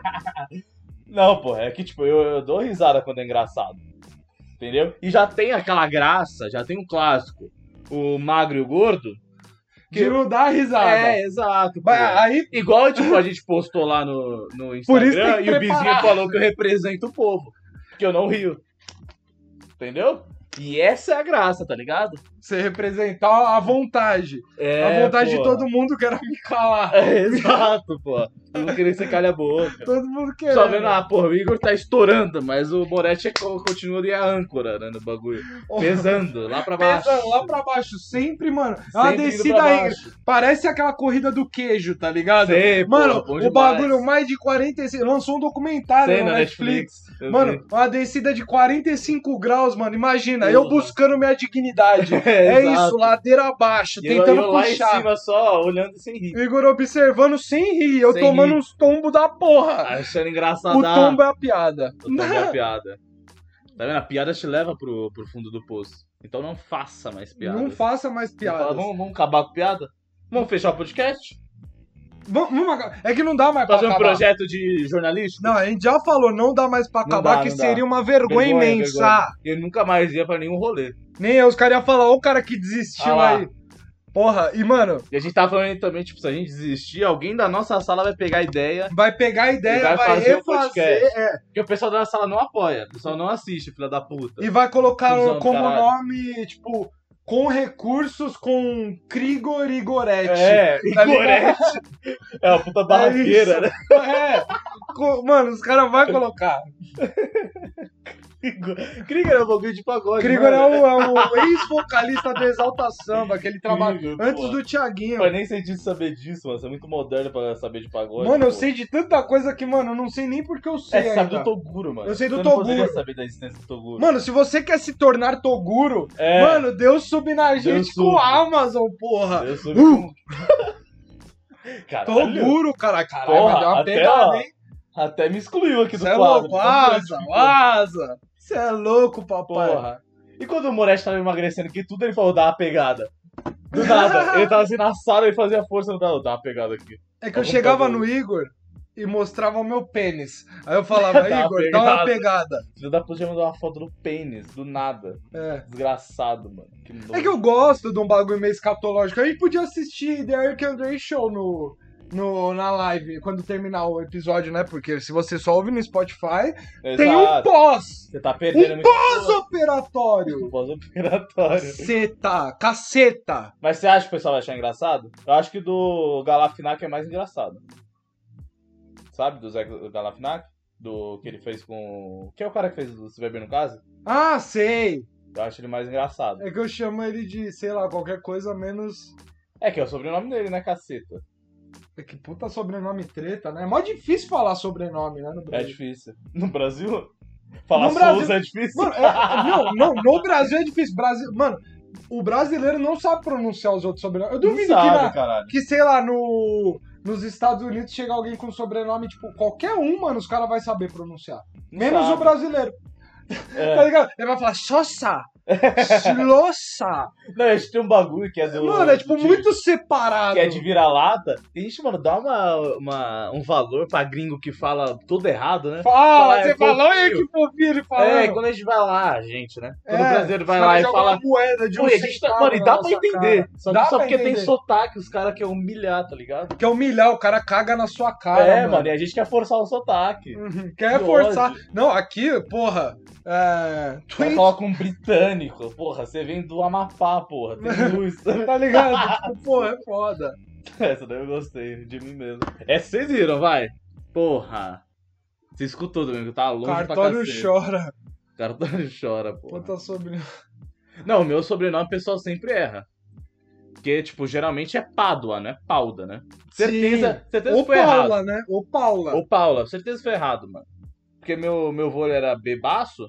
[SPEAKER 2] não, pô, é que tipo, eu, eu dou risada quando é engraçado. Entendeu? E já tem aquela graça, já tem um clássico. O magro e o gordo.
[SPEAKER 1] De não dar risada.
[SPEAKER 2] É, exato. pô.
[SPEAKER 1] Mas aí,
[SPEAKER 2] Igual tipo, a gente postou lá no, no
[SPEAKER 1] Por isso tem
[SPEAKER 2] Instagram
[SPEAKER 1] que
[SPEAKER 2] e o vizinho
[SPEAKER 1] preparar.
[SPEAKER 2] falou que eu represento o povo. Que eu não rio. Entendeu? E essa é a graça, tá ligado?
[SPEAKER 1] você representar a vontade.
[SPEAKER 2] É,
[SPEAKER 1] a vontade
[SPEAKER 2] pô.
[SPEAKER 1] de todo mundo que era me calar.
[SPEAKER 2] É, exato, pô. Eu não queria que você calhe a boca.
[SPEAKER 1] Todo mundo querendo.
[SPEAKER 2] Só vendo, ah, porra, o Igor tá estourando, mas o Moretti é co- continua ali a âncora, né, no bagulho.
[SPEAKER 1] Oh,
[SPEAKER 2] Pesando, lá pra baixo.
[SPEAKER 1] pesando lá pra baixo, sempre, mano. É uma
[SPEAKER 2] Sempre indo
[SPEAKER 1] descida
[SPEAKER 2] pra
[SPEAKER 1] íngreme.
[SPEAKER 2] baixo.
[SPEAKER 1] Parece aquela corrida do queijo, tá ligado?
[SPEAKER 2] Sei, pô,
[SPEAKER 1] Mano,
[SPEAKER 2] bom
[SPEAKER 1] o
[SPEAKER 2] demais.
[SPEAKER 1] bagulho mais de 45. Lançou um documentário
[SPEAKER 2] Sei,
[SPEAKER 1] na
[SPEAKER 2] na
[SPEAKER 1] Netflix.
[SPEAKER 2] Netflix. eu vi.
[SPEAKER 1] Mano, uma descida de 45 graus, mano. Imagina, eu
[SPEAKER 2] Porra.
[SPEAKER 1] buscando minha dignidade.
[SPEAKER 2] É,
[SPEAKER 1] É
[SPEAKER 2] exato.
[SPEAKER 1] isso, ladeira abaixo,
[SPEAKER 2] E eu-
[SPEAKER 1] tentando
[SPEAKER 2] eu lá em
[SPEAKER 1] puxar.
[SPEAKER 2] cima só, olhando sem rir.
[SPEAKER 1] Igor observando sem rir, eu
[SPEAKER 2] Sem
[SPEAKER 1] tomando
[SPEAKER 2] rir.
[SPEAKER 1] uns tombos da porra.
[SPEAKER 2] Achando engraçado.
[SPEAKER 1] O tombo é a piada.
[SPEAKER 2] Eu tomei a piada. Tá vendo? A piada te leva pro, pro fundo do poço. Então não faça mais piada.
[SPEAKER 1] Não faça mais piadas.
[SPEAKER 2] Vamos, vamos acabar com piada? Vamos fechar o podcast?
[SPEAKER 1] Vamos, vamos acabar. É que não dá mais pra
[SPEAKER 2] Fazer um
[SPEAKER 1] acabar.
[SPEAKER 2] projeto de jornalista?
[SPEAKER 1] Não, a gente já falou, não dá mais pra
[SPEAKER 2] Não
[SPEAKER 1] acabar,
[SPEAKER 2] dá,
[SPEAKER 1] que
[SPEAKER 2] não
[SPEAKER 1] seria
[SPEAKER 2] dá.
[SPEAKER 1] uma vergonha,
[SPEAKER 2] Vergonha,
[SPEAKER 1] imensa.
[SPEAKER 2] vergonha. Eu nunca mais ia pra nenhum rolê.
[SPEAKER 1] Nem eu, os caras iam falar, ó, o cara que desistiu
[SPEAKER 2] Ah lá.
[SPEAKER 1] aí. Porra, e mano,
[SPEAKER 2] E a gente tava falando também, tipo, se a gente desistir, alguém da nossa sala vai pegar a ideia.
[SPEAKER 1] vai pegar a
[SPEAKER 2] E
[SPEAKER 1] ideia, vai,
[SPEAKER 2] vai fazer o
[SPEAKER 1] refazer
[SPEAKER 2] podcast.
[SPEAKER 1] é,
[SPEAKER 2] Porque o pessoal da sala não apoia. O pessoal não assiste, filha da puta.
[SPEAKER 1] e vai colocar
[SPEAKER 2] Cusão do
[SPEAKER 1] como
[SPEAKER 2] caralho.
[SPEAKER 1] nome, tipo, com recursos com Krigor e Goretti.
[SPEAKER 2] É,
[SPEAKER 1] tá
[SPEAKER 2] Gorete. É uma puta
[SPEAKER 1] isso.
[SPEAKER 2] barraqueira, né?
[SPEAKER 1] É. Co- Mano, os caras vão colocar.
[SPEAKER 2] Krieger é um bagulho de pagode.
[SPEAKER 1] Krigor
[SPEAKER 2] mano.
[SPEAKER 1] é o, é o ex-vocalista do Exalta Samba, que ele trabalha
[SPEAKER 2] Krigor,
[SPEAKER 1] antes
[SPEAKER 2] porra.
[SPEAKER 1] do Thiaguinho.
[SPEAKER 2] Mas nem sei de saber disso, mano. Você é muito moderno pra saber de pagode.
[SPEAKER 1] Mano, eu
[SPEAKER 2] pô.
[SPEAKER 1] sei de tanta coisa que, mano, eu não sei nem porque eu sei
[SPEAKER 2] É, você sabe do
[SPEAKER 1] ainda.
[SPEAKER 2] Toguro, mano.
[SPEAKER 1] Eu sei do
[SPEAKER 2] você
[SPEAKER 1] Toguro.
[SPEAKER 2] Não poderia saber da existência do Toguro.
[SPEAKER 1] Mano, se você quer se tornar Toguro,
[SPEAKER 2] é,
[SPEAKER 1] mano, Deus sube na gente com
[SPEAKER 2] sub.
[SPEAKER 1] a Amazon, porra.
[SPEAKER 2] eu sou.
[SPEAKER 1] Uh!
[SPEAKER 2] Caralho,
[SPEAKER 1] Toguro, cara. Caralho,
[SPEAKER 2] Porra,
[SPEAKER 1] vai dar uma
[SPEAKER 2] até,
[SPEAKER 1] pegada,
[SPEAKER 2] ó,
[SPEAKER 1] hein?
[SPEAKER 2] até me excluiu aqui do
[SPEAKER 1] Você é
[SPEAKER 2] quadro.
[SPEAKER 1] louco, asa, asa. Você é louco, papai.
[SPEAKER 2] Porra. E quando o Moretti tava emagrecendo que tudo, ele falou, dá uma pegada. Do nada. ele tava assim na sala, ele fazia força, não dá, dá uma pegada aqui.
[SPEAKER 1] É que eu
[SPEAKER 2] Algum
[SPEAKER 1] chegava
[SPEAKER 2] problema.
[SPEAKER 1] no Igor e mostrava o meu pênis. Aí eu falava,
[SPEAKER 2] Dá uma
[SPEAKER 1] Igor, dá uma pegada.
[SPEAKER 2] Filho da puta já mandou uma foto do pênis, do nada.
[SPEAKER 1] É.
[SPEAKER 2] Desgraçado, mano. Que nojo.
[SPEAKER 1] É que eu gosto de um bagulho meio escatológico. A gente podia assistir The Eric Andre Show no, no, na live, quando terminar o episódio, né? Porque se você só ouve no Spotify, tem um
[SPEAKER 2] Exato.
[SPEAKER 1] pós!
[SPEAKER 2] Você tá perdendo
[SPEAKER 1] um
[SPEAKER 2] muito. Um
[SPEAKER 1] Pós-operatório!
[SPEAKER 2] Pós-operatório.
[SPEAKER 1] Caceta! Caceta!
[SPEAKER 2] Mas você acha que o pessoal vai achar engraçado? Eu acho que do Galafinaki é mais engraçado. Sabe, do Zé Galafinaki? Do que ele fez com. Que é o cara que fez o Se Beber no Caso?
[SPEAKER 1] Ah, sei!
[SPEAKER 2] Eu acho ele mais engraçado.
[SPEAKER 1] É que eu chamo ele de, sei lá, qualquer coisa menos.
[SPEAKER 2] É que é o sobrenome dele, né, caceta?
[SPEAKER 1] É que puta sobrenome treta, né? É mó difícil falar sobrenome, né? No
[SPEAKER 2] É
[SPEAKER 1] Brasil.
[SPEAKER 2] difícil. No Brasil? Falar
[SPEAKER 1] No Brasil-
[SPEAKER 2] Souza é difícil.
[SPEAKER 1] Mano, é- é- não, não, no Brasil é difícil. Brasil, mano, o brasileiro não sabe pronunciar os outros sobrenomes. Eu duvido
[SPEAKER 2] Não
[SPEAKER 1] que,
[SPEAKER 2] sabe,
[SPEAKER 1] na-
[SPEAKER 2] caralho.
[SPEAKER 1] que, sei lá, no, nos Estados Unidos chega alguém com sobrenome, tipo, qualquer um, mano, os caras vão saber pronunciar.
[SPEAKER 2] Não
[SPEAKER 1] Menos
[SPEAKER 2] sabe.
[SPEAKER 1] o brasileiro,
[SPEAKER 2] É.
[SPEAKER 1] tá ligado? Ele vai falar Sossa, Slossa.
[SPEAKER 2] Não, a gente tem um bagulho que é do.
[SPEAKER 1] Mano, é tipo
[SPEAKER 2] de-
[SPEAKER 1] muito separado.
[SPEAKER 2] Que é de vira-lata. E a gente, mano, dá uma, uma- um valor pra gringo que fala tudo errado, né?
[SPEAKER 1] Fala,
[SPEAKER 2] Fala, é
[SPEAKER 1] você falou,
[SPEAKER 2] fofinho.
[SPEAKER 1] olha que fofinho ele falando.
[SPEAKER 2] É, quando a gente vai lá, a gente, né? Quando o
[SPEAKER 1] É,
[SPEAKER 2] brasileiro vai
[SPEAKER 1] os
[SPEAKER 2] lá
[SPEAKER 1] caras
[SPEAKER 2] e
[SPEAKER 1] jogam
[SPEAKER 2] fala.
[SPEAKER 1] uma moeda de um
[SPEAKER 2] Pô, e a gente tá-
[SPEAKER 1] centavo
[SPEAKER 2] mano, e
[SPEAKER 1] na
[SPEAKER 2] dá pra
[SPEAKER 1] nossa
[SPEAKER 2] entender.
[SPEAKER 1] cara.
[SPEAKER 2] Só,
[SPEAKER 1] Dá
[SPEAKER 2] que- só
[SPEAKER 1] pra
[SPEAKER 2] porque tem
[SPEAKER 1] entender.
[SPEAKER 2] sotaque, os caras querem humilhar, tá ligado?
[SPEAKER 1] Quer humilhar, o cara caga na sua cara,
[SPEAKER 2] é,
[SPEAKER 1] mano.
[SPEAKER 2] mano, e a gente quer forçar o sotaque.
[SPEAKER 1] Uhum, Quer
[SPEAKER 2] Que
[SPEAKER 1] forçar. Não, aqui, porra. É.
[SPEAKER 2] Aí
[SPEAKER 1] Twitch,
[SPEAKER 2] coloca um britânico. Porra, você vem do Amapá, porra. Tem luz.
[SPEAKER 1] tá ligado? tipo, porra, é foda.
[SPEAKER 2] Essa daí eu gostei, de mim mesmo. Essa vocês viram, vai. Porra. Você escutou, Domingo, tá longe pra
[SPEAKER 1] Cartório
[SPEAKER 2] cacete.
[SPEAKER 1] chora. tá
[SPEAKER 2] Cartório chora, porra.
[SPEAKER 1] Quanto sobre.
[SPEAKER 2] Não, o meu sobrenome o pessoal sempre erra. Porque, tipo, geralmente é Pádua, né? Pauda, né? Certeza, certeza
[SPEAKER 1] Ô
[SPEAKER 2] que Então foi errado.
[SPEAKER 1] Paula, né? Ô Paula.
[SPEAKER 2] Ô, Paula, certeza que foi errado, mano. Porque meu, meu vô ele era bebaço.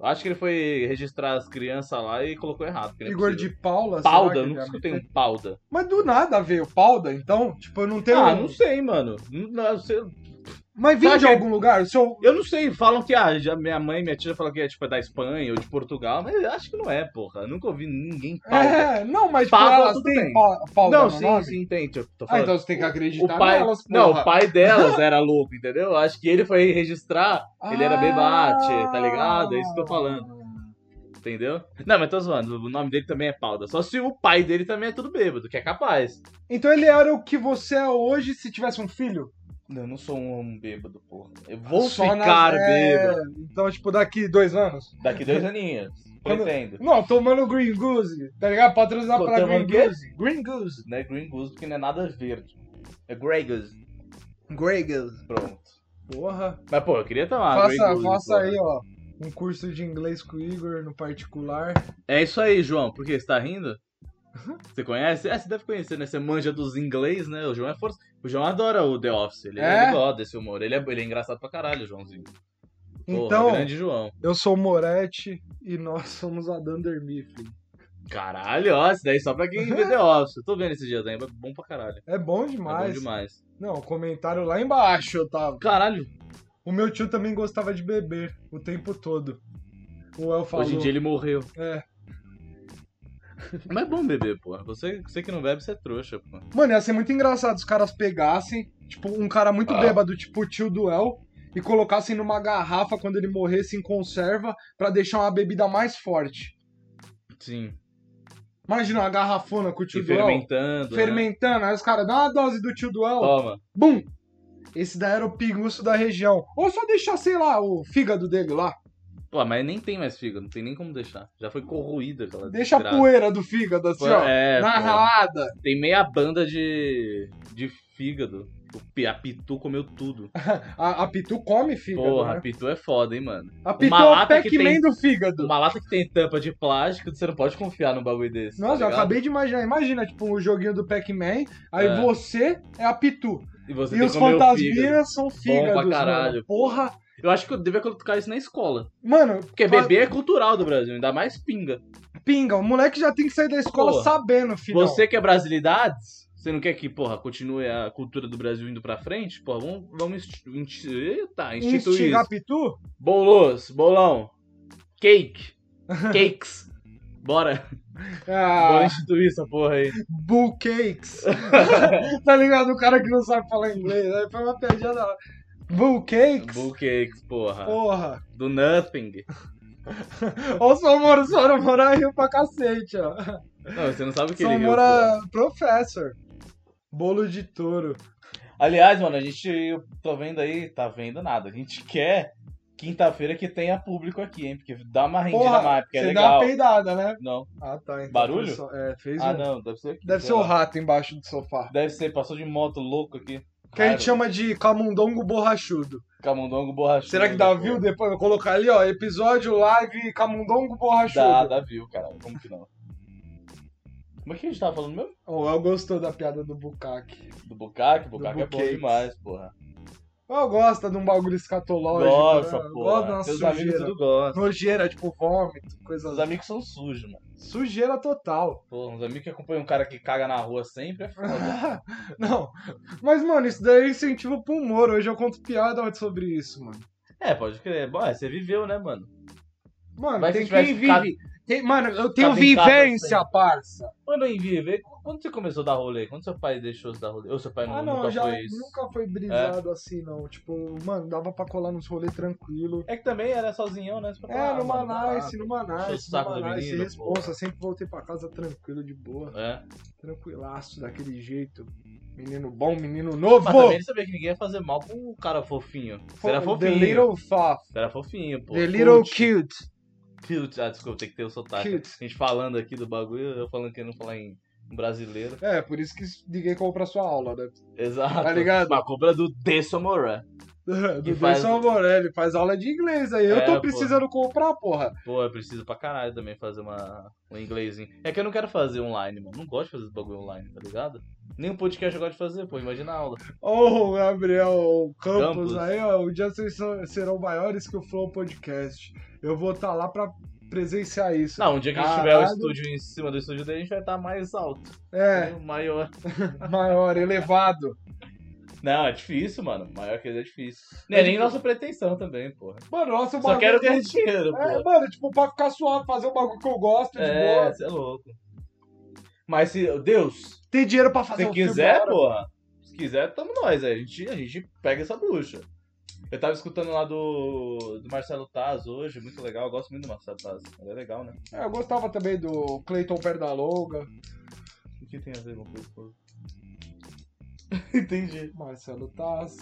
[SPEAKER 2] Eu acho que ele foi registrar as crianças lá e colocou errado. porque não é
[SPEAKER 1] Igor
[SPEAKER 2] possível.
[SPEAKER 1] de Paula. será
[SPEAKER 2] Pauda,
[SPEAKER 1] que
[SPEAKER 2] eu
[SPEAKER 1] ele
[SPEAKER 2] nunca
[SPEAKER 1] é
[SPEAKER 2] escutei
[SPEAKER 1] americano?
[SPEAKER 2] um Pauda.
[SPEAKER 1] Mas do nada veio Paula, então? Tipo, eu não tenho.
[SPEAKER 2] Ah, não sei, mano. Não, não, eu, sei-
[SPEAKER 1] Mas vem
[SPEAKER 2] Sabe
[SPEAKER 1] de
[SPEAKER 2] que-
[SPEAKER 1] algum lugar? O seu.
[SPEAKER 2] eu não sei, falam que ah, já minha mãe e minha tia falam que é tipo é da Espanha ou de Portugal, mas eu acho que não é, porra. Eu nunca ouvi ninguém Pauda.
[SPEAKER 1] É, não, mas
[SPEAKER 2] Paula,
[SPEAKER 1] tipo, elas
[SPEAKER 2] tudo
[SPEAKER 1] têm
[SPEAKER 2] bem.
[SPEAKER 1] Pa- Paula.
[SPEAKER 2] não,
[SPEAKER 1] no
[SPEAKER 2] sim,
[SPEAKER 1] nome?
[SPEAKER 2] sim, tem. Tô, tô
[SPEAKER 1] Ah,
[SPEAKER 2] falando.
[SPEAKER 1] então você tem que
[SPEAKER 2] o
[SPEAKER 1] acreditar
[SPEAKER 2] pai,
[SPEAKER 1] nelas, porra.
[SPEAKER 2] não, o pai delas era louco, entendeu? Acho que ele foi registrar, ele era bebate, tá
[SPEAKER 1] Ah.
[SPEAKER 2] ligado? É isso que eu tô falando. entendeu? Não, mas tô zoando, o nome dele também é Pauda. Só se o pai dele também é tudo bêbado, que é capaz.
[SPEAKER 1] Então ele era o que você é hoje se tivesse um filho?
[SPEAKER 2] Não, eu não sou um homem bêbado, porra. Eu vou
[SPEAKER 1] Só nas-
[SPEAKER 2] ficar
[SPEAKER 1] é,
[SPEAKER 2] bêbado
[SPEAKER 1] Então, tipo, daqui dois anos.
[SPEAKER 2] daqui dois aninhos.
[SPEAKER 1] Quando-
[SPEAKER 2] Pretendo.
[SPEAKER 1] Não, tomando Green Goose, tá ligado? Patrocinado
[SPEAKER 2] Pô,
[SPEAKER 1] pela Green
[SPEAKER 2] tomando quê?
[SPEAKER 1] Goose. Green Goose.
[SPEAKER 2] Não é Green Goose porque não é nada verde. É Grey Goose.
[SPEAKER 1] Grey Goose.
[SPEAKER 2] Pronto.
[SPEAKER 1] Porra.
[SPEAKER 2] Mas, pô, eu queria tomar Grey
[SPEAKER 1] faça
[SPEAKER 2] Goose,
[SPEAKER 1] faça
[SPEAKER 2] porra.
[SPEAKER 1] aí, ó. Um curso de inglês com o Igor no particular.
[SPEAKER 2] É isso aí, João. Por quê? Você tá rindo? Você conhece? É, você deve conhecer, né? Você manja dos inglês, né? O João é força. O João adora o The Office. Ele,
[SPEAKER 1] É?
[SPEAKER 2] ele gosta desse humor. Ele é, ele é engraçado pra caralho, Joãozinho. Porra, é
[SPEAKER 1] Então,
[SPEAKER 2] grande João.
[SPEAKER 1] eu sou o Moretti e nós somos a Dunder Mifflin.
[SPEAKER 2] Caralho, ó, isso daí só pra quem vê The Office. Eu tô vendo esse dia também. É bom pra caralho. É
[SPEAKER 1] É bom
[SPEAKER 2] bom
[SPEAKER 1] demais.
[SPEAKER 2] demais.
[SPEAKER 1] Não, comentário lá embaixo, Otávio.
[SPEAKER 2] Caralho,
[SPEAKER 1] O meu tio também gostava de beber o tempo todo. O El falou.
[SPEAKER 2] hoje em dia ele morreu.
[SPEAKER 1] É.
[SPEAKER 2] Mas é bom beber, porra. Você, você que não bebe, você é trouxa, pô.
[SPEAKER 1] Mano, ia ser muito engraçado se os caras pegassem, tipo, um cara muito
[SPEAKER 2] Ah.
[SPEAKER 1] bêbado, tipo o tio do El, e colocassem numa garrafa quando ele morresse em conserva pra deixar uma bebida mais forte.
[SPEAKER 2] Sim.
[SPEAKER 1] Imagina uma garrafona com o tio
[SPEAKER 2] E
[SPEAKER 1] do El.
[SPEAKER 2] Tipo, fermentando. né?
[SPEAKER 1] Fermentando, aí os caras dão uma dose do tio do El,
[SPEAKER 2] Toma.
[SPEAKER 1] bum! Esse daí era o pinguço da região. Ou só deixar, sei lá, o fígado dele lá.
[SPEAKER 2] Pô, mas nem tem mais fígado, não tem nem como deixar. Já foi corroída aquela
[SPEAKER 1] Deixa a
[SPEAKER 2] desgraça.
[SPEAKER 1] poeira do fígado assim, ó.
[SPEAKER 2] É,
[SPEAKER 1] na
[SPEAKER 2] pô.
[SPEAKER 1] ralada.
[SPEAKER 2] Tem meia banda de, de fígado. O Pi- a Pitu comeu tudo.
[SPEAKER 1] A, a Pitu come fígado.
[SPEAKER 2] Porra,
[SPEAKER 1] né?
[SPEAKER 2] a Pitu é foda, hein, mano.
[SPEAKER 1] A Pitu
[SPEAKER 2] uma
[SPEAKER 1] é o
[SPEAKER 2] lata que
[SPEAKER 1] Pac-Man
[SPEAKER 2] tem-
[SPEAKER 1] do fígado.
[SPEAKER 2] Uma lata que tem tampa de plástico, você não pode confiar num bagulho desse. tá
[SPEAKER 1] Nossa, eu
[SPEAKER 2] ligado?
[SPEAKER 1] acabei de imaginar. Imagina, tipo, o joguinho do Pac-Man, aí
[SPEAKER 2] É.
[SPEAKER 1] você é a Pitu.
[SPEAKER 2] E você
[SPEAKER 1] e
[SPEAKER 2] tem
[SPEAKER 1] os
[SPEAKER 2] que comer o fígado.
[SPEAKER 1] fantasminhas são fígados,
[SPEAKER 2] caralho.
[SPEAKER 1] mano. Porra.
[SPEAKER 2] Eu acho que eu devia colocar isso na escola.
[SPEAKER 1] Mano,
[SPEAKER 2] Porque
[SPEAKER 1] fa-
[SPEAKER 2] bebê é cultural do Brasil, ainda mais pinga.
[SPEAKER 1] pinga, o moleque já tem que sair da escola
[SPEAKER 2] Porra.
[SPEAKER 1] sabendo, filho.
[SPEAKER 2] Você que é brasilidades, você não quer que, porra, continue a cultura do Brasil indo pra frente? Porra, vamos, vamos insti- insti- eita, instituir
[SPEAKER 1] instigar
[SPEAKER 2] isso.
[SPEAKER 1] a Pitu?
[SPEAKER 2] Bolos, bolão, cake, cakes. Bora, bora
[SPEAKER 1] Ah,
[SPEAKER 2] instituir essa porra aí.
[SPEAKER 1] Bull Cakes. tá ligado? O cara que não sabe falar inglês. Aí foi uma piadinha Bull Cakes?
[SPEAKER 2] Bull cakes, porra.
[SPEAKER 1] Porra.
[SPEAKER 2] Do nothing.
[SPEAKER 1] Olha o Salmoro, o Salmoro riu pra cacete, ó.
[SPEAKER 2] Não, você não sabe o que ele riu, porra.
[SPEAKER 1] Samora Professor. Bolo de touro.
[SPEAKER 2] Aliás, mano, a gente, eu tô vendo aí, tá vendo nada. A gente quer quinta-feira que tenha público aqui, hein? Porque dá uma rendida
[SPEAKER 1] Porra,
[SPEAKER 2] mais, porque é
[SPEAKER 1] você dá
[SPEAKER 2] legal.
[SPEAKER 1] uma peidada, né?
[SPEAKER 2] Não.
[SPEAKER 1] Ah, tá. Então
[SPEAKER 2] Barulho?
[SPEAKER 1] foi só- É, fez
[SPEAKER 2] Ah,
[SPEAKER 1] um.
[SPEAKER 2] não, deve ser aqui.
[SPEAKER 1] Deve
[SPEAKER 2] sei
[SPEAKER 1] ser o
[SPEAKER 2] lá.
[SPEAKER 1] rato embaixo do sofá.
[SPEAKER 2] Deve ser, passou de moto louco aqui.
[SPEAKER 1] Que a
[SPEAKER 2] Raiva.
[SPEAKER 1] gente chama de camundongo borrachudo.
[SPEAKER 2] Camundongo borrachudo.
[SPEAKER 1] Será que dá
[SPEAKER 2] pô.
[SPEAKER 1] view depois? Eu Vou colocar ali, ó, episódio live camundongo borrachudo.
[SPEAKER 2] Dá, dá view, caralho. Como que não? Como é que a gente tava falando mesmo?
[SPEAKER 1] O El gostou da piada do Bukaki.
[SPEAKER 2] Do Bukaki? Bukaki é bom
[SPEAKER 1] Bukakes.
[SPEAKER 2] demais, porra.
[SPEAKER 1] Eu gosto de um bagulho escatológico.
[SPEAKER 2] Gosta,
[SPEAKER 1] né? Eu
[SPEAKER 2] pô.
[SPEAKER 1] Gosto de uma
[SPEAKER 2] Seus
[SPEAKER 1] sujeira.
[SPEAKER 2] amigos tudo gostam.
[SPEAKER 1] Nojeira, tipo vômito, coisa
[SPEAKER 2] Seus amigos são sujos, mano.
[SPEAKER 1] Sujeira total.
[SPEAKER 2] Pô, uns amigos que acompanham um cara que caga na rua sempre é foda.
[SPEAKER 1] Não. Mas, mano, isso daí é incentivo pro humor. Hoje eu conto piada sobre isso, mano.
[SPEAKER 2] É, pode crer. Bom, é, você viveu, né, mano?
[SPEAKER 1] Mano,
[SPEAKER 2] Mas
[SPEAKER 1] tem
[SPEAKER 2] se tivesse
[SPEAKER 1] quem
[SPEAKER 2] ficado-
[SPEAKER 1] vive. Tem- mano, eu tenho
[SPEAKER 2] ficado em casa
[SPEAKER 1] vivência, parça.
[SPEAKER 2] Quando eu viver, quando você começou a dar rolê? Quando seu pai deixou você dar rolê? Ou seu pai
[SPEAKER 1] Ah,
[SPEAKER 2] não,
[SPEAKER 1] não,
[SPEAKER 2] nunca
[SPEAKER 1] já
[SPEAKER 2] foi isso? É?
[SPEAKER 1] nunca foi brisado assim, não. Tipo, mano, dava pra colar nos rolês tranquilo.
[SPEAKER 2] É que também era sozinhão, né? Você fala,
[SPEAKER 1] É,
[SPEAKER 2] ah,
[SPEAKER 1] numa
[SPEAKER 2] mano, tá
[SPEAKER 1] nice, numa
[SPEAKER 2] Encheu o
[SPEAKER 1] nice,
[SPEAKER 2] saco do
[SPEAKER 1] numa nice,
[SPEAKER 2] menino,
[SPEAKER 1] responsa.
[SPEAKER 2] porra.
[SPEAKER 1] Sempre voltei pra casa tranquilo, de boa.
[SPEAKER 2] lá. É.
[SPEAKER 1] Tranquilaço, daquele jeito. Menino bom, menino novo.
[SPEAKER 2] Mas também sabia que ninguém ia fazer mal pra um cara fofinho. Você Ah, tá era
[SPEAKER 1] The
[SPEAKER 2] fofinho.
[SPEAKER 1] Little Faf.
[SPEAKER 2] Você era fofinho, pô.
[SPEAKER 1] The Little
[SPEAKER 2] Cute.
[SPEAKER 1] Cute.
[SPEAKER 2] Cute. Ah, desculpa, tem que ter o sotaque.
[SPEAKER 1] Cute.
[SPEAKER 2] A gente falando aqui do bagulho, eu falando que não falar em brasileiro.
[SPEAKER 1] É, por isso que ninguém compra sua aula, né?
[SPEAKER 2] Exato.
[SPEAKER 1] Tá ligado?
[SPEAKER 2] Uma cobra é do De Samora.
[SPEAKER 1] Do
[SPEAKER 2] E
[SPEAKER 1] Deus
[SPEAKER 2] faz-
[SPEAKER 1] São Morelli, né? faz aula de inglês aí. eu
[SPEAKER 2] É,
[SPEAKER 1] tô
[SPEAKER 2] pô.
[SPEAKER 1] precisando comprar, porra.
[SPEAKER 2] Pô, eu preciso pra caralho também fazer uma, um inglesinho. É que eu não quero fazer online, mano. Não gosto de fazer esse bagulho online, tá ligado? Nem um podcast eu gosto de fazer, pô. Imagina a aula.
[SPEAKER 1] Ô, Gabriel Campos,
[SPEAKER 2] Campos.
[SPEAKER 1] aí, ó. Um dia vocês são- serão maiores que o Flow Podcast. Eu vou estar lá pra presenciar isso.
[SPEAKER 2] Não, um dia que a gente tiver o
[SPEAKER 1] Caralho.
[SPEAKER 2] estúdio em cima do estúdio dele, a gente vai estar mais alto.
[SPEAKER 1] É,
[SPEAKER 2] Maior.
[SPEAKER 1] maior, elevado.
[SPEAKER 2] Não, é difícil, mano. Maior que ele é difícil.
[SPEAKER 1] É
[SPEAKER 2] Não é nem
[SPEAKER 1] difícil.
[SPEAKER 2] nossa pretensão também, porra.
[SPEAKER 1] Mano, nossa, o
[SPEAKER 2] Só
[SPEAKER 1] bagulho-
[SPEAKER 2] quero ganhar dinheiro,
[SPEAKER 1] É,
[SPEAKER 2] pô.
[SPEAKER 1] mano, tipo, pra ficar suave, fazer um bagulho que eu gosto de
[SPEAKER 2] É,
[SPEAKER 1] boa.
[SPEAKER 2] você é louco. Mas se. Deus,
[SPEAKER 1] Ter dinheiro pra fazer
[SPEAKER 2] se
[SPEAKER 1] um filme da
[SPEAKER 2] quiser,
[SPEAKER 1] hora.
[SPEAKER 2] porra. Se quiser, tamo nós. A gente, a gente pega essa bruxa. Eu tava escutando lá do, do Marcelo Taz hoje, muito legal. Eu gosto muito do Marcelo Taz. Ele é legal, né?
[SPEAKER 1] É, eu gostava também do Clayton Pernalonga,
[SPEAKER 2] O que tem a ver com isso? pô? Entendi.
[SPEAKER 1] Marcelo Taz,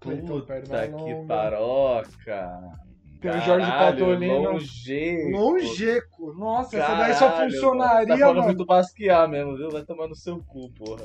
[SPEAKER 1] Clayton
[SPEAKER 2] Puta
[SPEAKER 1] Pernalonga.
[SPEAKER 2] que paroca.
[SPEAKER 1] Tem o Jorge né?
[SPEAKER 2] Caralho,
[SPEAKER 1] Patolino.
[SPEAKER 2] Longeco.
[SPEAKER 1] Longeco. Nossa,
[SPEAKER 2] Caralho,
[SPEAKER 1] essa daí só
[SPEAKER 2] mano. Tá
[SPEAKER 1] funcionaria,
[SPEAKER 2] falando
[SPEAKER 1] mano.
[SPEAKER 2] muito basquear mesmo, viu? Vai tomar no seu cu, porra.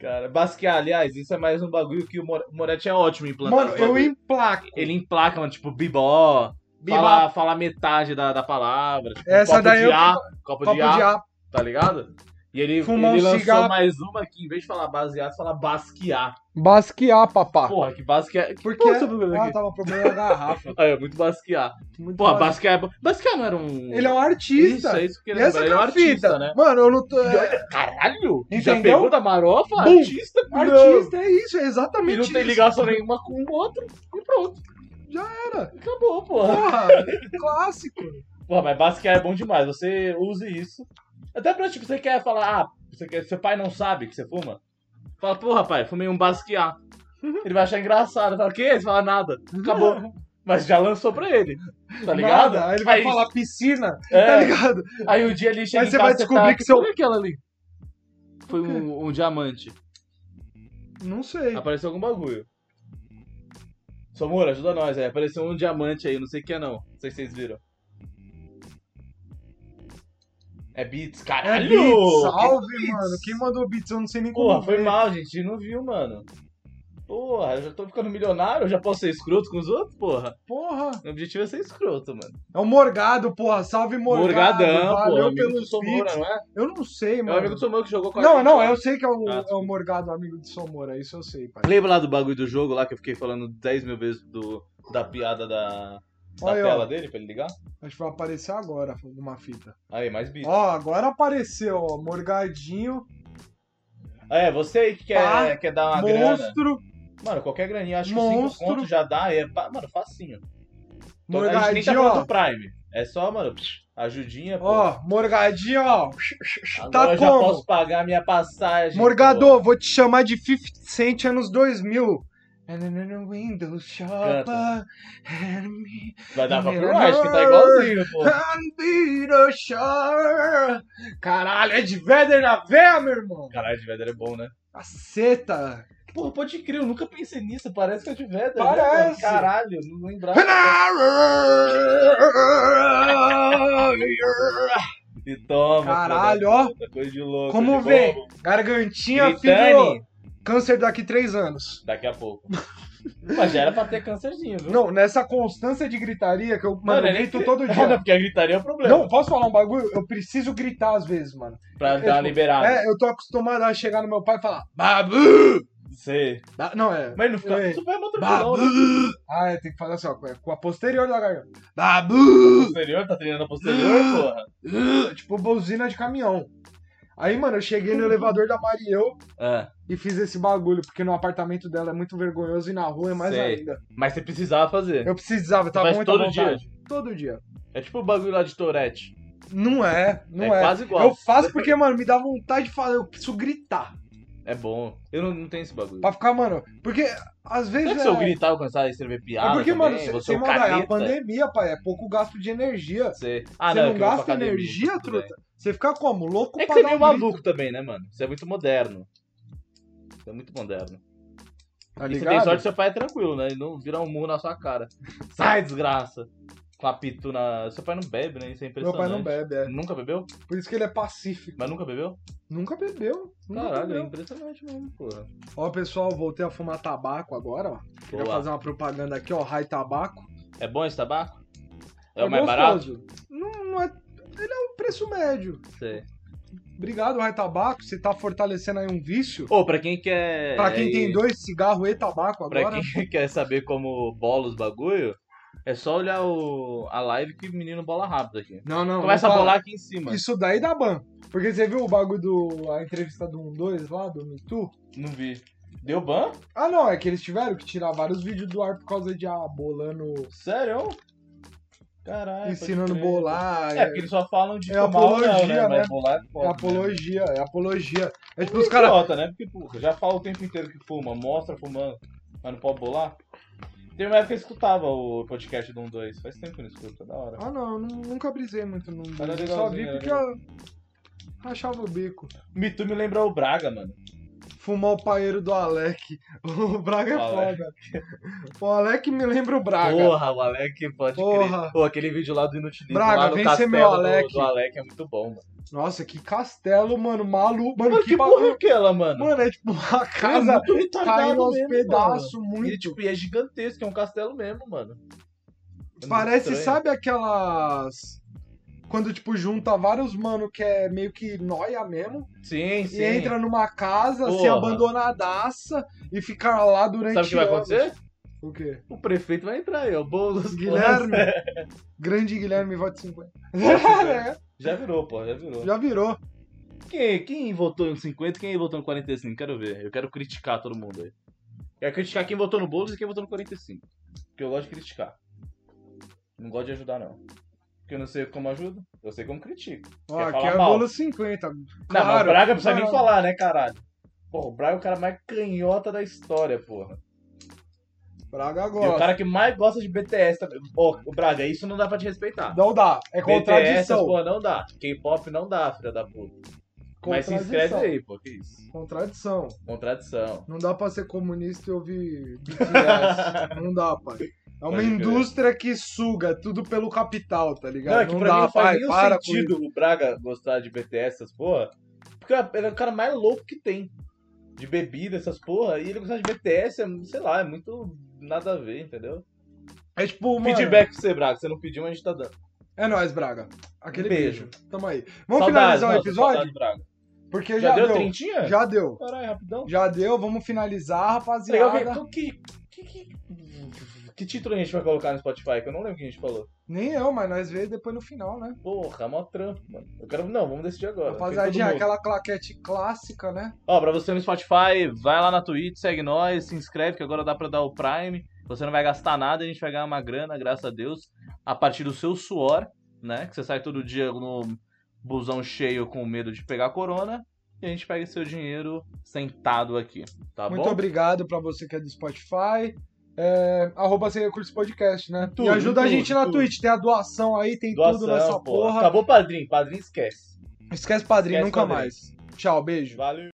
[SPEAKER 2] Cara, basquear, aliás, isso é mais um bagulho que o Mor- Moretti é ótimo em plantar.
[SPEAKER 1] Mano,
[SPEAKER 2] esse
[SPEAKER 1] eu
[SPEAKER 2] bagulho.
[SPEAKER 1] emplaco.
[SPEAKER 2] Ele emplaca, mano, tipo, bibó,
[SPEAKER 1] Biba,
[SPEAKER 2] fala, fala metade da, da palavra, tipo,
[SPEAKER 1] Essa
[SPEAKER 2] copo,
[SPEAKER 1] daí
[SPEAKER 2] de
[SPEAKER 1] eu-
[SPEAKER 2] ar, copo,
[SPEAKER 1] papo
[SPEAKER 2] de ar,
[SPEAKER 1] de ar.
[SPEAKER 2] tá ligado? E ele,
[SPEAKER 1] Fumar
[SPEAKER 2] ele
[SPEAKER 1] um
[SPEAKER 2] lançou
[SPEAKER 1] cigarro.
[SPEAKER 2] mais uma que, em vez de falar baseado, fala basquear.
[SPEAKER 1] Basquear, papá.
[SPEAKER 2] Porra, que basquear...
[SPEAKER 1] Porque
[SPEAKER 2] Qual é o seu problema
[SPEAKER 1] ah,
[SPEAKER 2] aqui?
[SPEAKER 1] tava problema na garrafa.
[SPEAKER 2] Ah, é muito basquear.
[SPEAKER 1] Muito
[SPEAKER 2] Porra,
[SPEAKER 1] mais-
[SPEAKER 2] basquear é... bo- Basquear não era um...
[SPEAKER 1] Ele é um
[SPEAKER 2] Isso,
[SPEAKER 1] artista.
[SPEAKER 2] é isso
[SPEAKER 1] E
[SPEAKER 2] que ele
[SPEAKER 1] essa que
[SPEAKER 2] lembra. Ele
[SPEAKER 1] é
[SPEAKER 2] é um
[SPEAKER 1] a
[SPEAKER 2] artista,
[SPEAKER 1] fita.
[SPEAKER 2] né?
[SPEAKER 1] Mano, eu não tô.
[SPEAKER 2] E olha, caralho! Já
[SPEAKER 1] Entendeu?
[SPEAKER 2] pegou da marofa?
[SPEAKER 1] Bum!
[SPEAKER 2] Artista,
[SPEAKER 1] é Artista é isso, é exatamente
[SPEAKER 2] E não
[SPEAKER 1] isso.
[SPEAKER 2] tem ligação nenhuma com o outro. E pronto.
[SPEAKER 1] Já
[SPEAKER 2] era. Acabou, porra.
[SPEAKER 1] Porra, é clássico.
[SPEAKER 2] Porra, mas basquear é bom demais. Você use isso. Até pra, tipo, você quer falar, ah, você quer, seu pai não sabe que você fuma? Fala, porra, pai, fumei um basquear.
[SPEAKER 1] Uhum.
[SPEAKER 2] Ele vai achar engraçado. Fala, que? Você fala nada. Acabou. Mas já lançou pra ele. Tá ligado?
[SPEAKER 1] Nada. Aí ele vai
[SPEAKER 2] Aí-
[SPEAKER 1] falar piscina,
[SPEAKER 2] É.
[SPEAKER 1] tá ligado?
[SPEAKER 2] Aí um dia ele chega
[SPEAKER 1] Aí
[SPEAKER 2] em
[SPEAKER 1] você
[SPEAKER 2] casa,
[SPEAKER 1] vai descobrir
[SPEAKER 2] tá-
[SPEAKER 1] que seu-
[SPEAKER 2] Olha aquela ali. Foi
[SPEAKER 1] O quê?
[SPEAKER 2] um, um diamante.
[SPEAKER 1] Não sei. É
[SPEAKER 2] Apareceu algum bagulho. Somura, ajuda nós aí. Apareceu um diamante aí, não sei o que é não. Não sei se vocês viram. É Beats,
[SPEAKER 1] É
[SPEAKER 2] caralho!
[SPEAKER 1] Beats,
[SPEAKER 2] Que
[SPEAKER 1] salve, né?
[SPEAKER 2] Beats?
[SPEAKER 1] mano. Quem mandou Beats? Eu não sei nem como.
[SPEAKER 2] Porra, foi
[SPEAKER 1] ver.
[SPEAKER 2] mal, gente. Não viu, mano. Porra, eu já tô ficando milionário, eu já posso ser escroto com os outros, porra.
[SPEAKER 1] Porra.
[SPEAKER 2] Meu objetivo é ser escroto, mano.
[SPEAKER 1] É o Morgado, porra. Salve, Morgado. Valeu
[SPEAKER 2] Morgadão, porra. Amigo do
[SPEAKER 1] pelos
[SPEAKER 2] Somura,
[SPEAKER 1] Beats.
[SPEAKER 2] não é?
[SPEAKER 1] Eu não sei,
[SPEAKER 2] É o amigo
[SPEAKER 1] mano.
[SPEAKER 2] do Somura que jogou com a
[SPEAKER 1] Não,
[SPEAKER 2] gente,
[SPEAKER 1] não,
[SPEAKER 2] ó.
[SPEAKER 1] eu sei que é o,
[SPEAKER 2] Ah,
[SPEAKER 1] é o Morgado, amigo de Somora, É isso eu sei, pai.
[SPEAKER 2] Lembra lá do bagulho do jogo lá que eu fiquei falando 10 mil vezes do, da piada da, da
[SPEAKER 1] Olha,
[SPEAKER 2] tela
[SPEAKER 1] ó.
[SPEAKER 2] dele pra ele ligar?
[SPEAKER 1] Acho que vai aparecer agora alguma fita.
[SPEAKER 2] Aí, mais bits.
[SPEAKER 1] Ó, agora apareceu, ó, Morgadinho,
[SPEAKER 2] Ah, É, você aí que quer,
[SPEAKER 1] Pá,
[SPEAKER 2] quer dar uma grana.
[SPEAKER 1] Monstro,
[SPEAKER 2] Mano, qualquer graninha, acho que 5
[SPEAKER 1] Monstro.
[SPEAKER 2] conto já dá. É, pa- mano, facinho. Tô, a gente nem tá
[SPEAKER 1] Morgadinho,
[SPEAKER 2] falando do
[SPEAKER 1] ó.
[SPEAKER 2] Prime. É só, mano, psh, ajudinha, pô.
[SPEAKER 1] Ó, Morgadinho, ó.
[SPEAKER 2] Agora
[SPEAKER 1] Tá
[SPEAKER 2] eu já
[SPEAKER 1] como?
[SPEAKER 2] posso pagar minha passagem.
[SPEAKER 1] Morgador, vou te chamar de 50 Cent anos 2000. And then Windows shopper,
[SPEAKER 2] Canta.
[SPEAKER 1] and me,
[SPEAKER 2] pô. Vai dar copyright, que tá igualzinho, pô.
[SPEAKER 1] and Windows shopper. Caralho, é de Vedder na veia, meu irmão.
[SPEAKER 2] Caralho, de Vedder é bom, né?
[SPEAKER 1] Caceta.
[SPEAKER 2] Pô, pode crer, eu nunca pensei nisso. Parece que é de Vedder. né,
[SPEAKER 1] Parece.
[SPEAKER 2] mano? Caralho, não lembrava. E toma,
[SPEAKER 1] Caralho,
[SPEAKER 2] filho da
[SPEAKER 1] ó.
[SPEAKER 2] puta, Coisa de louco.
[SPEAKER 1] Como
[SPEAKER 2] de
[SPEAKER 1] vem?
[SPEAKER 2] bobo.
[SPEAKER 1] Gargantinha,
[SPEAKER 2] Gritane.
[SPEAKER 1] filho. Câncer daqui três anos.
[SPEAKER 2] Daqui a pouco. Mas já era pra ter câncerzinho, viu?
[SPEAKER 1] Não, nessa constância de gritaria que eu, mano, eu
[SPEAKER 2] nem
[SPEAKER 1] grito
[SPEAKER 2] que-
[SPEAKER 1] todo
[SPEAKER 2] É, não,
[SPEAKER 1] dia.
[SPEAKER 2] porque a gritaria é o problema.
[SPEAKER 1] Não, posso falar um bagulho? Eu preciso gritar às vezes, mano.
[SPEAKER 2] pra
[SPEAKER 1] eu,
[SPEAKER 2] dar uma
[SPEAKER 1] tipo,
[SPEAKER 2] liberada.
[SPEAKER 1] É, eu tô acostumado a chegar no meu pai e falar, Babu!
[SPEAKER 2] Sei.
[SPEAKER 1] Dá- não, é.
[SPEAKER 2] Mas não fica
[SPEAKER 1] Ei.
[SPEAKER 2] super
[SPEAKER 1] Bah,
[SPEAKER 2] motorão, né?
[SPEAKER 1] blu. Ah, é, tem que fazer assim, ó, com a- com a posterior da garganta. Bah, blu.
[SPEAKER 2] Posterior, tá treinando a posterior, porra.
[SPEAKER 1] Uh, tipo buzina de caminhão. Aí, mano, eu cheguei
[SPEAKER 2] Uhum.
[SPEAKER 1] no elevador da Mariel
[SPEAKER 2] É.
[SPEAKER 1] e fiz esse bagulho, porque no apartamento dela é muito vergonhoso e na rua é mais
[SPEAKER 2] Sei.
[SPEAKER 1] ainda.
[SPEAKER 2] Mas você precisava fazer.
[SPEAKER 1] Eu precisava, eu tava
[SPEAKER 2] faz
[SPEAKER 1] muito
[SPEAKER 2] todo
[SPEAKER 1] à vontade. Todo dia.
[SPEAKER 2] É tipo o bagulho lá de Tourette.
[SPEAKER 1] Não é, não é.
[SPEAKER 2] é, quase igual.
[SPEAKER 1] Eu faço porque, mano, me dá vontade de falar, eu preciso gritar.
[SPEAKER 2] É bom. Eu não, não tenho esse bagulho.
[SPEAKER 1] Pra ficar, mano, porque às vezes
[SPEAKER 2] Será que
[SPEAKER 1] é...
[SPEAKER 2] se eu gritar eu começar a escrever piada?
[SPEAKER 1] é porque,
[SPEAKER 2] também?
[SPEAKER 1] mano, cê-
[SPEAKER 2] Você
[SPEAKER 1] sem
[SPEAKER 2] é um
[SPEAKER 1] maldade, é a
[SPEAKER 2] caneta.
[SPEAKER 1] pandemia, pai, é pouco gasto de energia.
[SPEAKER 2] Você ah,
[SPEAKER 1] Você
[SPEAKER 2] não, é
[SPEAKER 1] não
[SPEAKER 2] que eu vou pra
[SPEAKER 1] gasta
[SPEAKER 2] academia,
[SPEAKER 1] energia,
[SPEAKER 2] tudo bem.
[SPEAKER 1] truta? Você fica como? Louco
[SPEAKER 2] É que
[SPEAKER 1] pra
[SPEAKER 2] você é
[SPEAKER 1] dar
[SPEAKER 2] meio
[SPEAKER 1] um grito,
[SPEAKER 2] maluco também, né, mano? Você é muito moderno. Você é muito moderno.
[SPEAKER 1] Tá
[SPEAKER 2] e você
[SPEAKER 1] ligado?
[SPEAKER 2] tem sorte, seu pai é tranquilo, né? Ele não vira um murro na sua cara. Sai, desgraça! Com apito na. Seu pai não bebe, né? Isso é
[SPEAKER 1] Meu
[SPEAKER 2] impressionante.
[SPEAKER 1] pai não bebe, é.
[SPEAKER 2] Nunca bebeu?
[SPEAKER 1] Por isso que ele é pacífico.
[SPEAKER 2] Mas nunca bebeu?
[SPEAKER 1] Nunca bebeu. Nunca
[SPEAKER 2] Caralho, é
[SPEAKER 1] bebeu.
[SPEAKER 2] impressionante mesmo, porra.
[SPEAKER 1] Ó, pessoal, voltei a fumar tabaco agora, ó. Queria
[SPEAKER 2] Boa.
[SPEAKER 1] fazer uma propaganda aqui, ó. Rai Tabaco.
[SPEAKER 2] É bom esse tabaco? É, o mais barato?
[SPEAKER 1] barato? Não, não é. Ele é um preço médio.
[SPEAKER 2] Sei.
[SPEAKER 1] Obrigado, Rai Tabaco. Você tá fortalecendo aí um vício.
[SPEAKER 2] Ô, pra quem quer.
[SPEAKER 1] Pra quem
[SPEAKER 2] é,
[SPEAKER 1] tem dois cigarro e tabaco
[SPEAKER 2] Pra
[SPEAKER 1] agora.
[SPEAKER 2] quem quer saber como bola os bagulho, é só olhar o... a live que o menino bola rápido aqui.
[SPEAKER 1] Não, não.
[SPEAKER 2] Começa a
[SPEAKER 1] não fala.
[SPEAKER 2] bolar aqui em cima.
[SPEAKER 1] Isso daí dá ban. Porque você viu o bagulho do. a entrevista do 1-2 lá, do Me Too?
[SPEAKER 2] Não vi. Deu ban?
[SPEAKER 1] Ah, não, é que eles tiveram que tirar vários vídeos do ar por causa de ah, bolando,
[SPEAKER 2] Sério? Caralho.
[SPEAKER 1] ensinando
[SPEAKER 2] É, pode crer.
[SPEAKER 1] bolar.
[SPEAKER 2] É, porque eles só falam de
[SPEAKER 1] É
[SPEAKER 2] tomar ou não,
[SPEAKER 1] apologia,
[SPEAKER 2] né?
[SPEAKER 1] né?
[SPEAKER 2] Mas bolar é
[SPEAKER 1] É
[SPEAKER 2] foda.
[SPEAKER 1] apologia, é apologia. É tipo,
[SPEAKER 2] Os
[SPEAKER 1] os caras.
[SPEAKER 2] caras. né? Porque, porra, já fala o tempo inteiro que fuma, mostra fumando, mas não pode bolar. Tem uma época que eu escutava o podcast do 1-2. Faz tempo que eu não escuto, é da hora.
[SPEAKER 1] Ah, não, eu nu- nunca brisei muito no.
[SPEAKER 2] Era
[SPEAKER 1] Eu só vi
[SPEAKER 2] legalzinho, né?
[SPEAKER 1] porque eu achava o bico.
[SPEAKER 2] Me, tu me lembra o Braga, mano.
[SPEAKER 1] Fumar o paeiro do Alec. O Braga é
[SPEAKER 2] O Alec.
[SPEAKER 1] foda. O Alec me lembra o Braga.
[SPEAKER 2] Porra, o Alec pode
[SPEAKER 1] Porra.
[SPEAKER 2] crer. Pô, aquele vídeo lá do Inutilismo,
[SPEAKER 1] Braga,
[SPEAKER 2] lá no
[SPEAKER 1] vem ser
[SPEAKER 2] castelo
[SPEAKER 1] meu
[SPEAKER 2] do-
[SPEAKER 1] Alec.
[SPEAKER 2] Do, Alec é muito bom, mano.
[SPEAKER 1] Nossa, que castelo, mano, maluco. Mano,
[SPEAKER 2] Mano, que porra é
[SPEAKER 1] bagulho.
[SPEAKER 2] aquela, mano?
[SPEAKER 1] Mano, é tipo uma
[SPEAKER 2] é
[SPEAKER 1] casa
[SPEAKER 2] muito retardado
[SPEAKER 1] caindo aos
[SPEAKER 2] mesmo,
[SPEAKER 1] pedaços,
[SPEAKER 2] mano.
[SPEAKER 1] muito.
[SPEAKER 2] E, tipo, e é gigantesco, é um castelo mesmo, mano. É
[SPEAKER 1] Parece,
[SPEAKER 2] muito estranho.
[SPEAKER 1] sabe aquelas. Quando, tipo, junta vários mano que é meio que noia mesmo.
[SPEAKER 2] Sim, sim.
[SPEAKER 1] E entra numa casa, se
[SPEAKER 2] Porra.
[SPEAKER 1] abandonadaça e fica lá durante.
[SPEAKER 2] Sabe o que vai
[SPEAKER 1] anos.
[SPEAKER 2] acontecer?
[SPEAKER 1] O quê?
[SPEAKER 2] O prefeito vai entrar aí, ó. Boulos,
[SPEAKER 1] Guilherme. Grande Guilherme voto 50.
[SPEAKER 2] Nossa, Já virou, pô, já virou.
[SPEAKER 1] Já virou.
[SPEAKER 2] Quem, quem votou no 50 quem votou no 45? Quero ver. Eu quero criticar todo mundo aí. Quero criticar quem votou no Boulos e quem votou no 45. Porque eu gosto de criticar. Não gosto de ajudar, não. Porque eu não sei como ajuda, eu sei como critico.
[SPEAKER 1] Ó,
[SPEAKER 2] Quer
[SPEAKER 1] aqui
[SPEAKER 2] falar
[SPEAKER 1] é
[SPEAKER 2] mal?
[SPEAKER 1] bolo 50. Claro.
[SPEAKER 2] não, mas o Braga não precisa nem
[SPEAKER 1] Claro.
[SPEAKER 2] falar, né, caralho? Porra, o Braga é o cara mais canhota da história, porra.
[SPEAKER 1] Braga
[SPEAKER 2] E o
[SPEAKER 1] gosta.
[SPEAKER 2] cara que mais gosta de BTS também. Ô, o Braga, isso não dá pra te respeitar.
[SPEAKER 1] Não dá. É
[SPEAKER 2] BTS,
[SPEAKER 1] contradição.
[SPEAKER 2] porra, não dá. K-pop não dá, filha da puta. Mas se
[SPEAKER 1] contradição.
[SPEAKER 2] inscreve aí, pô, que isso.
[SPEAKER 1] Contradição.
[SPEAKER 2] Contradição.
[SPEAKER 1] Não dá pra ser comunista e ouvir BTS. não dá, pai. É uma
[SPEAKER 2] Pode crer.
[SPEAKER 1] indústria que suga tudo pelo capital, tá ligado?
[SPEAKER 2] Não, é que pra mim não faz
[SPEAKER 1] pai,
[SPEAKER 2] nenhum
[SPEAKER 1] para com
[SPEAKER 2] sentido o Braga gostar de BTS, essas porra. Porque ele é o cara mais louco que tem. De bebida, essas porra. E ele gostar de BTS, é, sei lá, é muito nada a ver, entendeu? Um
[SPEAKER 1] isso. É tipo, mano...
[SPEAKER 2] Feedback pra você, Braga. Você não pediu, mas a gente tá dando.
[SPEAKER 1] É nóis, Braga. Aquele
[SPEAKER 2] Beijo.
[SPEAKER 1] beijo. Tamo aí. Vamos
[SPEAKER 2] Saudades,
[SPEAKER 1] finalizar o
[SPEAKER 2] nossa,
[SPEAKER 1] episódio?
[SPEAKER 2] saudades, Braga.
[SPEAKER 1] Porque
[SPEAKER 2] Já,
[SPEAKER 1] já,
[SPEAKER 2] deu,
[SPEAKER 1] deu.
[SPEAKER 2] trintinha?
[SPEAKER 1] Já deu.
[SPEAKER 2] Caralho, rapidão.
[SPEAKER 1] Já deu. Vamos finalizar,
[SPEAKER 2] Legal,
[SPEAKER 1] rapaziada.
[SPEAKER 2] que, que, que, que, que título a gente vai colocar no Spotify? Que eu não lembro o que a gente falou.
[SPEAKER 1] Nem eu, mas nós vê depois no final, né?
[SPEAKER 2] Porra, é mó trampo, mano. Eu quero. Não, vamos decidir agora.
[SPEAKER 1] Rapaziadinha,
[SPEAKER 2] Tem todo mundo.
[SPEAKER 1] aquela claquete clássica, né?
[SPEAKER 2] Ó, pra você no Spotify, vai lá na Twitch, segue nós, se inscreve, que agora dá pra dar o Prime. Você não vai gastar nada, a gente vai ganhar uma grana, graças a Deus, a partir do seu suor, né? Que você sai todo dia no busão cheio com medo de pegar corona. E a gente pega seu dinheiro sentado aqui, tá
[SPEAKER 1] Muito
[SPEAKER 2] bom?
[SPEAKER 1] obrigado pra você que é do Spotify. É, arroba sem recursos podcast, né?
[SPEAKER 2] Tudo,
[SPEAKER 1] e ajuda a
[SPEAKER 2] tudo,
[SPEAKER 1] gente na
[SPEAKER 2] tudo.
[SPEAKER 1] Twitch. Tem a doação aí, tem
[SPEAKER 2] Doação,
[SPEAKER 1] tudo nessa
[SPEAKER 2] porra.
[SPEAKER 1] porra.
[SPEAKER 2] Acabou o padrinho, padrinho esquece.
[SPEAKER 1] Esquece padrinho,
[SPEAKER 2] Esquece
[SPEAKER 1] nunca
[SPEAKER 2] padrinho.
[SPEAKER 1] mais. Tchau, beijo.
[SPEAKER 2] Valeu.